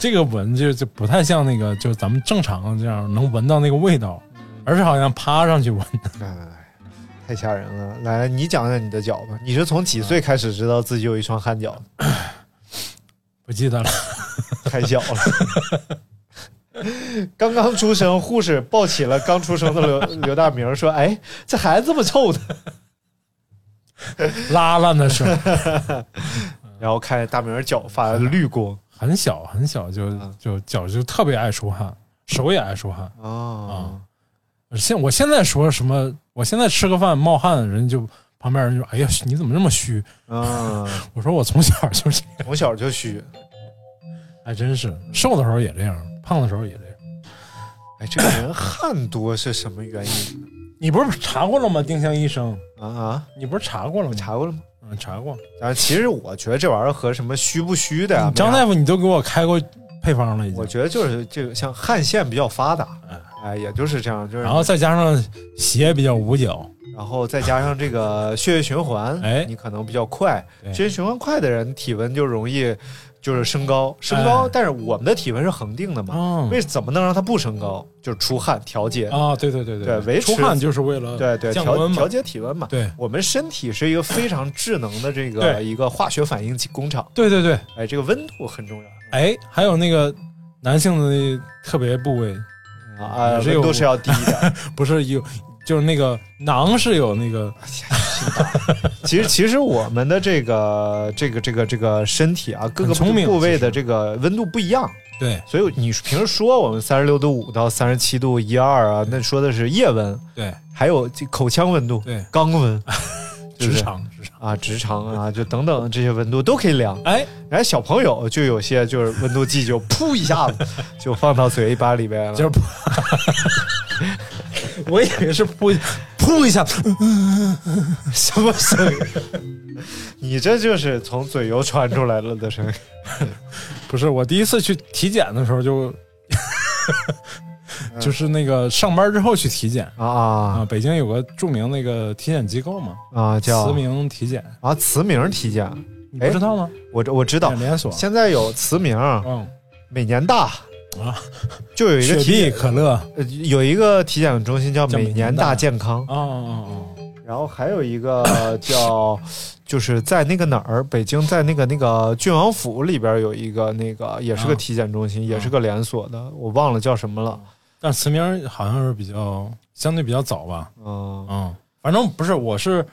S3: 这个闻就就不太像那个，就咱们正常这样能闻到那个味道，
S2: 嗯
S3: 而是好像趴上去闻。
S2: 来来来，太吓人了！来，你讲讲你的脚吧。你是从几岁开始知道自己有一双汗脚？
S3: 不记得了，
S2: (laughs) 太小了。 (laughs) 刚刚出生，护士抱起了刚出生的刘刘大明，说：“哎，这孩子这么臭呢。
S3: 拉拉那是”
S2: (laughs) (laughs) 然后看见大明脚发绿光
S3: 很小很小就
S2: 嗯
S3: 就脚就特别爱出汗，手也爱出汗。
S2: 哦
S3: 现我现在说什么？我现在吃个饭冒汗，人就旁边人就说：“哎呀，你怎么这么虚
S2: 啊！？”
S3: 我说：“我从小就这样，
S2: 从小就虚。
S3: (laughs) 还真是瘦的时候也这样，胖的时候也这样。
S2: 哎，这个人汗多是什么原因
S3: 你不是查过了吗？丁香医生，
S2: 啊啊？
S3: 你不是查过了吗？
S2: 查过了吗？
S3: 嗯查过。
S2: 啊，其实我觉得这玩意儿和什么虚不虚的啊，
S3: 张
S2: 没啥
S3: 大夫，你都给我开过配方了，已
S2: 我
S3: 经。
S2: 觉得就是这个像汗腺比较发达
S3: 嗯，
S2: 哎，也就是这样，就是
S3: 然后再加上鞋比较捂脚，
S2: 然后再加上这个血液循环，
S3: 哎
S2: 你可能比较快，
S3: 对
S2: 血液循环快的人体温就容易就是升高，升高，
S3: 哎
S2: 但是我们的体温是恒定的嘛，
S3: 嗯
S2: 为怎么能让它不升高？就是出汗调节，
S3: 啊，对对对
S2: 对维持
S3: 出汗就是为了
S2: 对对，
S3: 降
S2: 调
S3: 温嘛
S2: 调，节体温嘛。
S3: 对
S2: 我们身体是一个非常智能的这个
S3: 对
S2: 一个化学反应工厂，
S3: 对对对。
S2: 哎，这个温度很重要
S3: 哎，还有那个男性的那特别部位，
S2: 啊，
S3: 嗯也是有
S2: 温度是要低一点。
S3: 不是有，就是那个囊是有那个
S2: 其实，其实我们的这个这个这个这个身体啊，各个
S3: 很聪明
S2: 部位
S3: 其实
S2: 的这个温度不一样，
S3: 对
S2: 所以你平时说我们三十六度五到三十七度一二啊，那说的是夜温，
S3: 对
S2: 还有这口腔温度、
S3: 对
S2: 肛温、
S3: (laughs)
S2: 对不对
S3: 直肠直肠。
S2: 啊、直肠啊，就等等这些温度都可以量。
S3: 哎，
S2: 然后小朋友就有些就是温度计就噗一下
S3: (laughs)
S2: 子就放到嘴巴里边了，
S3: 就是
S2: (laughs)
S3: 噗我以为是噗噗一下，
S2: 什么声音？你这就是从嘴油传出来了的声音。
S3: 不是我第一次去体检的时候就，
S2: 嗯
S3: (laughs) 就是那个上班之后去体检 (laughs) 啊，
S2: 啊
S3: 北京有个著名那个体检机构嘛，
S2: 啊，叫
S3: 慈铭体检，
S2: 啊，慈铭体检，
S3: 你
S2: 哎
S3: 不知道吗？
S2: 我知我知道，
S3: 连锁，
S2: 现在有慈铭，
S3: 嗯，
S2: 每年大
S3: 啊，
S2: 就有一
S3: 雪
S2: 个体
S3: 碧、
S2: 检
S3: 可乐，
S2: 呃有一个体检中心叫
S3: 叫每
S2: 每年
S3: 年大
S2: 大健康，
S3: 哦哦哦，
S2: 然后还有一 (coughs) 个叫就是在那个哪儿，北京在那个那个郡王府里边有一个那个也是个
S3: 啊
S2: 体检中心，也是个连锁的，我忘了叫什么了。
S3: 但慈铭好像是比较相对比较早吧，
S2: 嗯，
S3: 嗯，反正不是，我是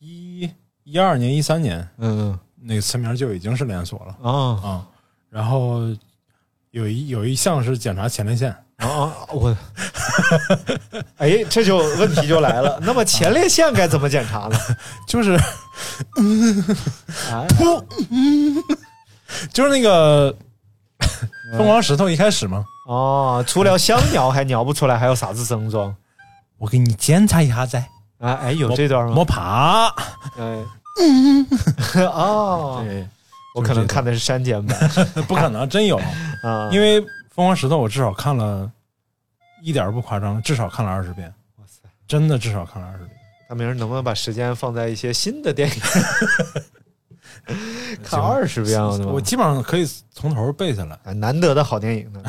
S3: 一二年、一三年
S2: 嗯
S3: 那个词名就已经是连锁了
S2: 啊
S3: 啊、然后有一有一项是检查前列腺，
S2: 啊啊！ (laughs) 我，哎，这就问题就来了。那么前列腺该怎么检 (laughs) 查呢？
S3: 就是
S2: 啊，
S3: 就是那个
S2: 嗯
S3: (laughs) 疯狂石头一开始嘛，
S2: 哦，除了香鸟还鸟不出来，还有啥子症状？
S3: 我给你检查一下噻，
S2: 啊，哎，有这段吗
S3: 摸？爬， (laughs)
S2: 哎， (laughs) 哦，
S3: 对，
S2: 我可能看的是删减版
S3: 不可能真有，
S2: 啊，
S3: 因为疯狂石头我至少看了，一点儿不夸张，至少看了二十遍，
S2: 哇塞，
S3: 真的至少看了二十遍。
S2: 大明儿能不能把时间放在一些新的电
S3: (laughs)
S2: 影？看
S3: 行
S2: 二十遍我的妈
S3: 我基本上可以从头背下来。 (laughs)
S2: 啊，难得的好电影呢。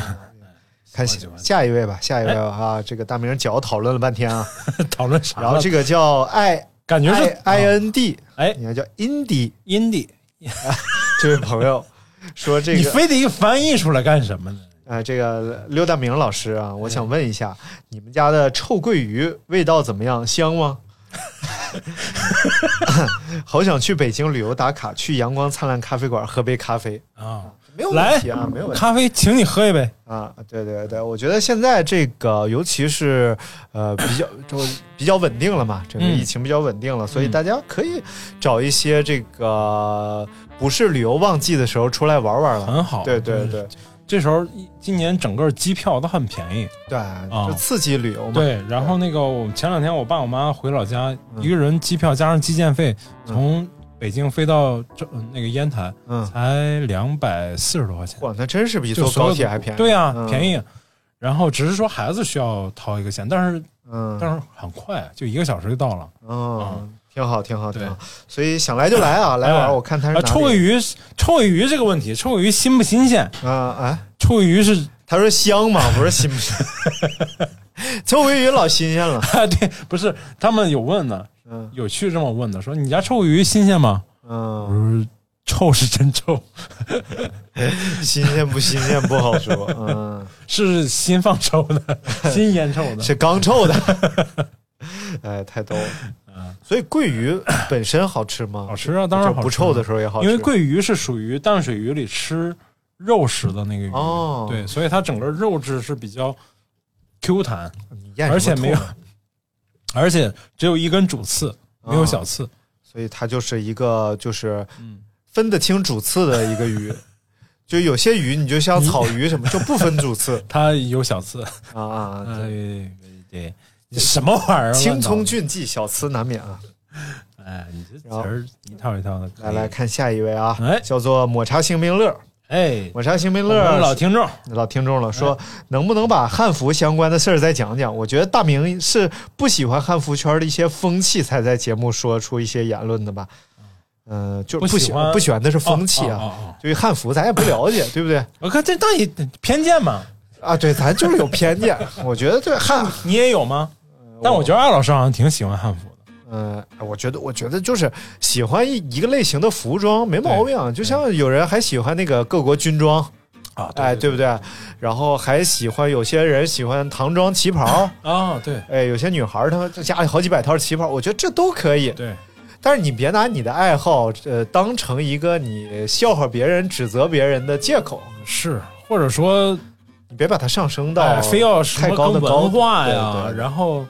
S2: 看下
S3: 喜欢哎
S2: 下一位吧，下一位吧啊！这个大明儿脚讨论了半天啊，
S3: 讨论啥了？
S2: 然后这个叫 i
S3: 感觉
S2: i
S3: 是
S2: i n d，
S3: 哎
S2: 你看叫 indie
S3: indie，
S2: 这位朋友说这
S3: 你
S2: 个
S3: 非得翻译出来干什么呢？
S2: 呃，这个刘大明老师啊，我想问一下，你们家的臭鳜鱼味道怎么样？香吗？ (laughs) 好想去北京旅游打卡，去阳光灿烂咖啡馆喝杯咖啡，
S3: 啊，
S2: 没有
S3: 来
S2: 问题啊，没有问题。
S3: 咖啡，请你喝一杯。
S2: 啊，对对对，我觉得现在这个，尤其是呃，比较就比较稳定了嘛，整个
S3: 嗯
S2: 疫情比较稳定了，所以大家可以找一些这个不是旅游旺季的时候出来玩玩了。
S3: 很好，
S2: 对对
S3: 就是
S2: 对，
S3: 这时候一今年整个机票都很便宜，
S2: 对，就刺激旅游嘛。
S3: 对。然后那个我前两天我爸我妈回老家，
S2: 嗯
S3: 一个人机票加上基建费，从北京飞到这呃那个烟台
S2: 嗯，
S3: 才两百四十多块钱，
S2: 哇，那真是比
S3: 就
S2: 坐
S3: 所有
S2: 高
S3: 的
S2: 铁还便宜。
S3: 对呀、
S2: 嗯
S3: 便宜。然后只是说孩子需要掏一个钱，但是
S2: 嗯，
S3: 但是很快，就一个小时就到了。
S2: 嗯，挺好，挺好，
S3: 对
S2: 挺好。所以想来就来
S3: (laughs)
S2: 啊，来玩儿。我看他是
S3: 啊，
S2: 哪
S3: 臭鳜
S2: 里
S3: 鱼，臭鳜鱼这个问题，臭鳜鱼新不新鲜？
S2: 啊，哎，
S3: 臭鳜鱼是
S2: 他说香嘛，不是新不新？ (laughs) 臭鳜鱼老新鲜了。
S3: (laughs) 啊，对，不是他们有问的，
S2: 嗯
S3: 有去这么问的，说你家臭鳜鱼新鲜吗？我
S2: 嗯。
S3: 说臭是真臭， (laughs)
S2: 新鲜不新鲜不好说，嗯，
S3: 是新放臭
S2: (laughs)
S3: 的，新腌臭的。
S2: 是刚臭的， (laughs) 哎，太逗了。所以桂鱼本身好吃吗？
S3: 嗯好吃啊当然
S2: 就
S3: 好吃
S2: 不臭的时候也好吃，
S3: 因为桂鱼是属于淡水鱼里吃肉食的那个鱼，
S2: 哦
S3: 对，所以它整个肉质是比较 Q 弹，
S2: 你咽
S3: 而
S2: 什么
S3: 且没有
S2: 痛啊，
S3: 而且只有一根主刺，
S2: 哦
S3: 没有小刺。
S2: 所以它就是一个就是分得清主次的一个 (laughs) 鱼。就有些鱼，你就像草鱼什么，就不分主次
S3: 它有小刺，
S2: 嗯 (laughs) 啊嗯啊！
S3: 呃
S2: 对
S3: 对对，你什么玩意儿？
S2: 青葱
S3: 葱，
S2: 俊记，小词难免啊。
S3: 哎，你这词儿一套一套的。
S2: 来来，看下一位啊
S3: 哎，
S2: 叫做抹茶星冰乐，
S3: 哎，
S2: 抹茶星冰
S3: 我
S2: 乐
S3: 们
S2: 是
S3: 老听众，
S2: 老听哎众了，说能不能把汉服相关的事儿再讲讲？我觉得大明是不喜欢汉服圈的一些风气，才在节目说出一些言论的吧？嗯、就
S3: 不
S2: 不
S3: 喜
S2: 喜
S3: 欢
S2: 不喜欢的是风气
S3: 哦
S2: 啊。
S3: 哦哦哦
S2: 对于汉服，咱也不了解，对不对？
S3: 我看这当然偏见嘛，
S2: 啊，对，咱就是有偏见。我觉得对汉，
S3: 你也有吗？
S2: 呃
S3: 但我觉得艾老师好像挺喜欢汉服的。
S2: 嗯、我觉得，我觉得就是喜欢一一个类型的服装没毛病啊。就像有人还喜欢那个各国军装，
S3: 啊，
S2: 哎，对不对？然后还喜欢有些人喜欢唐装旗袍。
S3: 啊，对
S2: 哎，有些女孩儿她们这家里好几百套旗袍，我觉得这都可以。
S3: 对，
S2: 但是你别拿你的爱好，呃，当成一个你笑话别人、指责别人的借口，
S3: 是，或者说
S2: 你别把它上升到、
S3: 哎，非要什
S2: 太
S3: 么
S2: 高的
S3: 跟
S2: 高
S3: 文化呀，
S2: 对对对
S3: 然后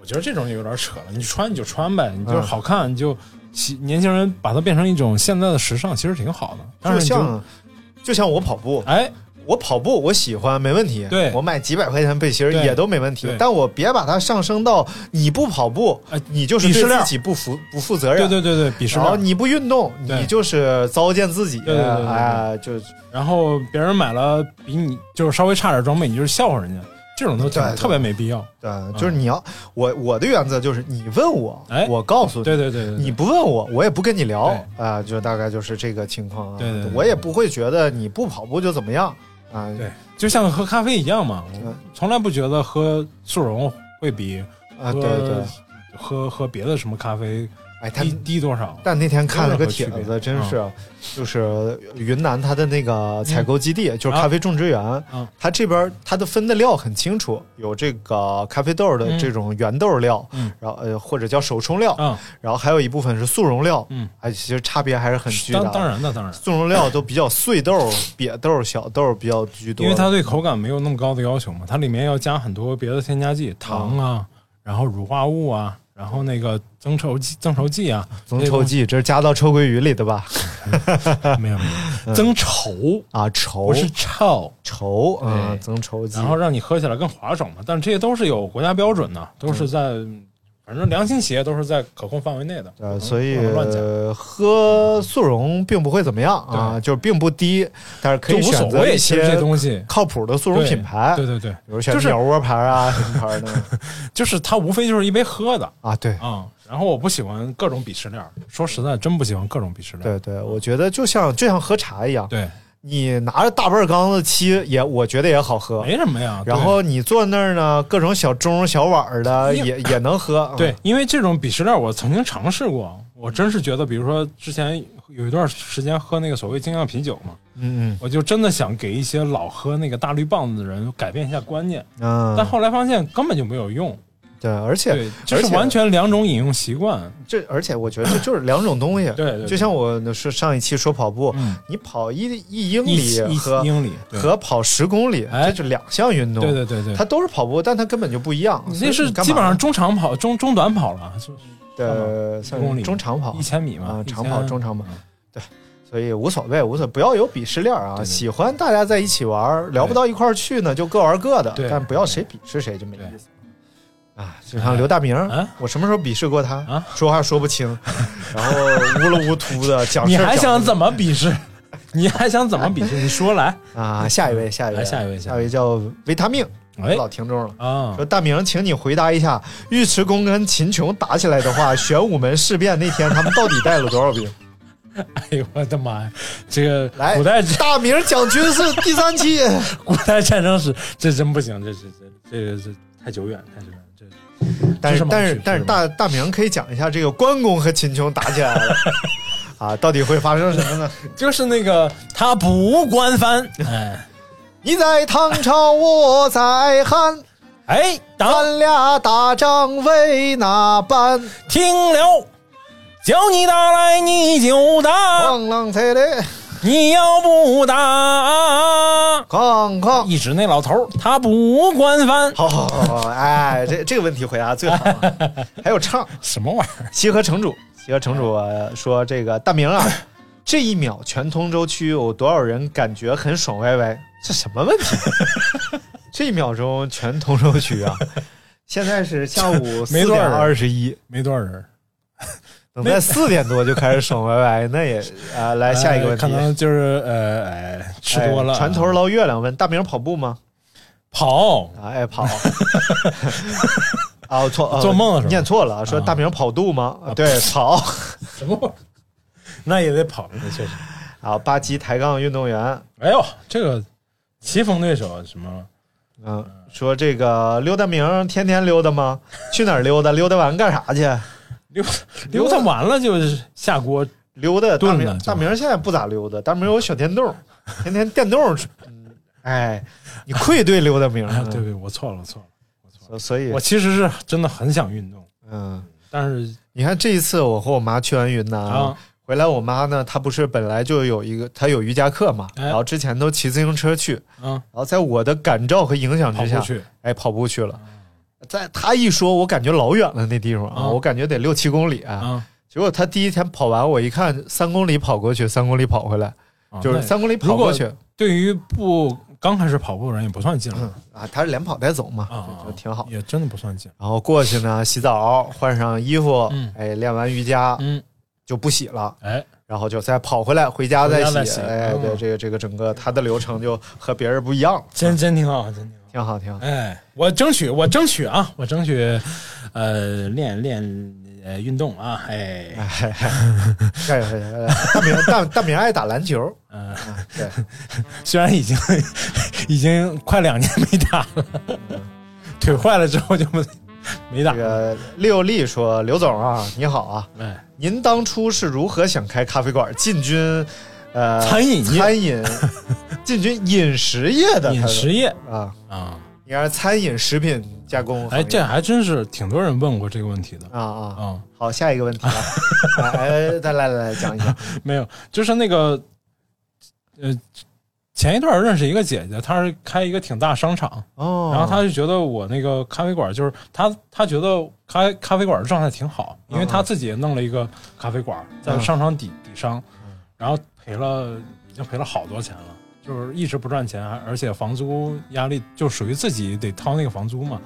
S3: 我觉得这种有点扯了。你穿你就穿呗，你就是
S2: 嗯
S3: 好看、你就喜。年轻人把它变成一种现在的时尚，其实挺好的。但
S2: 就是
S3: 你
S2: 像就像我跑步，
S3: 哎，
S2: 我跑步我喜欢没问题，
S3: 对
S2: 我买几百块钱背心儿
S3: 对
S2: 也都没问题
S3: 对，
S2: 但我别把它上升到你不跑步，
S3: 哎
S2: 你就是
S3: 鄙视
S2: 对
S3: 链
S2: 自己不负不负责任，
S3: 对对对对，鄙视
S2: 哎然后
S3: 链。
S2: 你不运动，
S3: 对
S2: 你就是糟践自己，
S3: 对对对对对
S2: 哎，就
S3: 然后别人买了比你就是稍微差点装备，你就是笑话人家，这种都挺
S2: 对对
S3: 特别没必要。
S2: 对，呃就是你要、我我的原则就是你问我，
S3: 嗯哎
S2: 我告诉你。
S3: 对对对对，对
S2: 你不问我，我也不跟你聊啊、
S3: 对
S2: 就大概就是这个情况啊。
S3: 对对对
S2: 我也不会觉得你不跑步就怎么样啊、
S3: 对就像喝咖啡一样嘛，我
S2: 嗯
S3: 从来不觉得喝速溶会比
S2: 啊，对对
S3: 喝喝喝别的什么咖啡
S2: 哎，他
S3: 低低多少？
S2: 但那天看了个
S3: 没有任何
S2: 帖
S3: 区别嗯
S2: 子，真是，就是云南它的那个采购基地，就是咖啡种植园
S3: 嗯，
S2: 它这边它的分的料很清楚，有这个咖啡豆的
S3: 嗯
S2: 这种原豆料
S3: 嗯，
S2: 然后呃或者叫手冲料，
S3: 嗯，
S2: 然后还有一部分是速溶料，
S3: 嗯，
S2: 哎，其实差别还是很巨大。
S3: 当当，然的，当然，
S2: 速溶料都比较碎豆、瘪豆、小豆比较居多，
S3: 因为它对口感没有那么高的要求嘛，它里面要加很多别的添加剂，糖啊，
S2: 嗯
S3: 然后乳化物啊，然后那个增稠剂、增稠剂啊，
S2: 增稠剂，这是加到臭鳜鱼里的吧？
S3: 那个没有没有增稠，
S2: 啊，嗯稠
S3: 不是臭。
S2: 稠，嗯，增稠剂
S3: 然。后让你喝起来更滑爽嘛。但这些都是有国家标准的，都是在反正良心企业都是在可控范围内的。不
S2: 呃，
S3: 能
S2: 所以
S3: 不能乱讲，
S2: 呃喝速溶并不会怎么样啊，就是并不低，但是可
S3: 就
S2: 以
S3: 无所
S2: 选择
S3: 谓。
S2: 一
S3: 其实
S2: 些
S3: 这东西，
S2: 靠谱的速溶
S3: 对
S2: 品牌，
S3: 对
S2: 比
S3: 对对，
S2: 如选
S3: 就是
S2: 鸟窝牌啊什么牌
S3: (laughs)
S2: 的
S3: 就是它无非就是一杯喝的
S2: 啊，对。
S3: 啊。然后我不喜欢各种鄙视链儿，说实在真不喜欢各种鄙视链儿。
S2: 对对，我觉得就像就像喝茶一样，
S3: 对，
S2: 你拿着大半缸子沏也，我觉得也好喝。
S3: 没什么呀。对
S2: 然后你坐那儿呢，各种小盅小碗儿的
S3: 因
S2: 也也能
S3: (laughs)
S2: 喝。啊
S3: 对，因为这种鄙视链，我曾经尝试过，我真是觉得，比如说之前有一段时间喝那个所谓精酿啤酒嘛，
S2: 嗯，
S3: 我就真的想给一些老喝那个大绿棒子的人改变一下观念，
S2: 嗯嗯嗯，
S3: 但后来发现根本就没有用。
S2: 对，而且
S3: 对，就是完全两种饮用习惯。
S2: 这而且我觉得这就是两种东西。
S3: 对对对
S2: 就像我说上一期说跑步，
S3: 嗯，
S2: 你跑一一英
S3: 一
S2: 里
S3: 一
S2: 和
S3: 英里对
S2: 和跑十公里，
S3: 哎
S2: 这就两项运动。
S3: 对对对对，
S2: 它都是跑步，但它根本就不一样。
S3: 你
S2: 所以
S3: 那是
S2: 干嘛
S3: 基本上中长跑、中中短跑了，就
S2: 的算是
S3: 公里
S2: 中长跑
S3: 一，千米嘛
S2: 啊，
S3: 一
S2: 长跑
S3: 千
S2: 中长跑所以无所谓，无所谓，不要有鄙视链啊！
S3: 对对
S2: 喜欢大家在一起玩儿，聊不到一块儿去呢，就各玩各的
S3: 对，
S2: 但不要谁鄙视谁，就没
S3: 对
S2: 意思。啊，就像刘大明儿，
S3: 啊
S2: 我什么时候鄙视过他？
S3: 啊
S2: 说话说不
S3: (laughs)
S2: 清，然后乌噜乌秃的讲
S3: 你
S2: 事儿
S3: 还
S2: 讲
S3: 想怎么鄙视？ (laughs) 你还想怎么鄙视？你
S2: (laughs)
S3: 说来，
S2: 啊？下一位，下一位，
S3: 来下一位
S2: 下一位叫维他命，
S3: 哎
S2: 老听众了。
S3: 啊
S2: 说，大明，请你回答一下，尉迟恭跟秦琼打起来的
S3: (laughs)
S2: 话，玄武门事变那天他们到底带了多少兵？
S3: 哎呦我的妈呀，这个
S2: 来，
S3: 古代
S2: 大明讲军事第三
S3: (laughs)
S2: 期，
S3: 古代战争史，这真不行，这这这这个这太久远，太久远，这
S2: 但是
S3: 这是盲
S2: 但是
S3: 区
S2: 但是
S3: 这是盲
S2: 大大明可以讲一下这个关公和秦琼打起来
S3: (laughs)
S2: 了啊，到底会发生什么呢？
S3: 就是那个他不官翻，哎
S2: 你在唐朝，我在汉，
S3: 哎，当
S2: 咱俩打仗为哪般？
S3: 听了，叫你打来你就打。
S2: 哐啷脆的，
S3: 你要不打，
S2: 哐哐。
S3: (laughs) 一指那老头儿，他不管饭，
S2: 好好好，好，哎，这这个问题回答最好
S3: (laughs)
S2: 了。还有唱，
S3: 什么玩意儿？
S2: 西河城主，西河城主
S3: 嗯
S2: 呃说：“这个大明
S3: (laughs)
S2: 啊，这一秒全通州区有多少人感觉很爽歪歪？这什么问题？
S3: (laughs)
S2: 这一秒钟全通州区啊！现在是下 (laughs) 午四
S3: 没多
S2: 点
S3: 少人
S2: 二十一，
S3: 没多少人。
S2: 等在四点多就开始爽歪歪，那也啊、
S3: 哎
S2: 来下一个问题
S3: 可。能就是呃，哎，吃
S2: 哎
S3: 多了。
S2: 船头捞月亮问大明跑步吗？
S3: 跑，
S2: 啊，爱跑。啊，我错，呃
S3: 做梦了是吧
S2: 念错了，说
S3: 啊
S2: 大明跑肚吗？对，跑。 (laughs)
S3: 什么玩意儿？ (laughs) 那也得跑，那确实。
S2: 啊，巴基抬杠运动员，
S3: 哎呦，这个棋逢对手什么？
S2: 嗯，说这个溜达明儿天天溜达
S3: (laughs)
S2: 吗？去哪儿溜达？溜达完干啥去？
S3: 溜溜达完了就是下锅，
S2: 溜达大
S3: 炖
S2: 明
S3: 呢
S2: 大明儿现在不咋溜达，大明儿有小电
S3: (laughs)
S2: 动，天天电动。嗯哎，你愧对溜达明
S3: 哎
S2: 儿，，嗯
S3: 对对，我错了，我错了，我错
S2: 所
S3: 了。
S2: 所以
S3: 我其实是真的很想运动，
S2: 嗯，
S3: 但是
S2: 你看这一次我和我妈去完云南
S3: 啊，
S2: 回来，我妈呢，她不是本来就有一个她有瑜伽课嘛，
S3: 哎
S2: 然后之前都骑自行车去，
S3: 嗯，
S2: 然后在我的感召和影响
S3: 跑
S2: 之
S3: 不
S2: 下，
S3: 去。
S2: 哎，跑步去了。在她一说，我感觉老远了那地方啊，
S3: 啊
S2: 我感觉得六七公里啊。
S3: 啊，
S2: 结果他第一天跑完，我一看三公里跑过去，三公里跑回来，
S3: 啊
S2: 就是
S3: 那
S2: 三公里跑过去
S3: 对于不刚开始跑步的人也不算近了
S2: 啊，他是连跑带走嘛，
S3: 啊
S2: 嗯就，就挺好。
S3: 也真的不算近。
S2: 然后过去呢，洗澡，换上衣服，
S3: 嗯
S2: 哎，练完瑜伽
S3: 嗯，
S2: 就不洗了，
S3: 哎，
S2: 然后就再跑回来，回家
S3: 回家
S2: 再
S3: 再
S2: 洗。
S3: 洗
S2: 哎，
S3: 嗯
S2: 对，这个这个整个他的流程就和别人不一样了，
S3: 真真挺好，真挺好。
S2: 挺好，挺好。
S3: 哎，我争取，我争取啊，我争取，呃，练练呃运动啊，哎，
S2: (laughs) 哎，哎哎哎大明大大明爱打篮球，
S3: 嗯、
S2: 啊对，
S3: 虽然已经 (laughs) 已经快两年没打了，腿坏了之后就不没打
S2: 这。个六力说：“刘总啊，你好啊，
S3: 哎，
S2: 您当初是如何想开咖啡馆，进军呃
S3: 餐饮业
S2: 餐
S3: (laughs)
S2: 饮进军饮食业的？
S3: 饮食业
S2: 他说啊，
S3: 啊，
S2: 应该是餐饮食品加工行业。
S3: 哎，这还真是挺多人问过这个问题的
S2: 啊啊，
S3: 啊。
S2: 好，下一个问题啊，
S3: (laughs)
S2: 来来来来讲一下，
S3: 没有，就是那个，呃，前一段认识一个姐姐，她是开一个挺大商场，
S2: 哦
S3: (laughs) 然后她就觉得我那个咖啡馆就是她，她觉得开咖啡馆的状态挺好，因为她自己也弄了一个咖啡馆在商场底底商，然后赔了已经赔了好多钱了。就是一直不赚钱，而且房租压力就属于自己得掏那个房租嘛。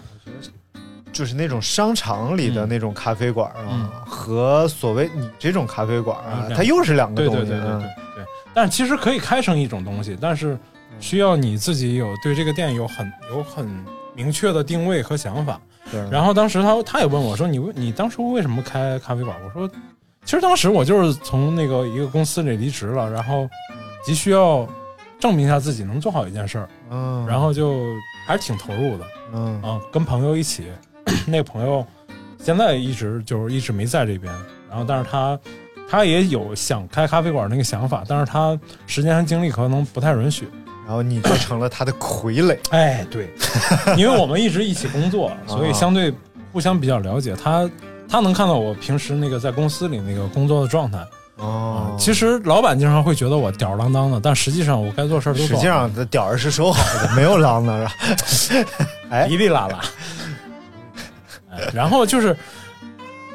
S2: 就是那种商场里的那种咖啡馆啊，
S3: 嗯
S2: 和所谓你这种咖啡馆啊
S3: 嗯，
S2: 它又是两个
S3: 对
S2: 东西
S3: 对
S2: 啊。
S3: 对对对对。但其实可以开成一种东西，但是
S2: 嗯
S3: 需要你自己有对这个店有很有很明确的定位和想法。
S2: 对
S3: 然后当时他他也问我说：“你为你当初为什么开咖啡馆？”我说：“其实当时我就是从那个一个公司里离职了，然后急需要证明一下自己能做好一件事儿，
S2: 嗯，
S3: 然后就还是挺投入的
S2: 嗯
S3: 啊，跟朋友一起。那个朋友现在一直就是一直没在这边，然后但是他他也有想开咖啡馆那个想法，但是他时间和精力可能不太允许。
S2: 然后你就成了他的傀儡，
S3: 哎，对， (laughs) 啊因为我们一直一起工作，所以相对互相比较了解。他他能看到我平时那个在公司里那个工作的状态。啊
S2: 哦
S3: 其实老板经常会觉得我吊儿郎当的，但实际上我该做事儿都
S2: 实
S3: 做
S2: 际
S3: 了，
S2: 上这屌儿是收好的，没有狼的。哎
S3: 哩哩啦
S2: (laughs)
S3: 啦。哎然后就是，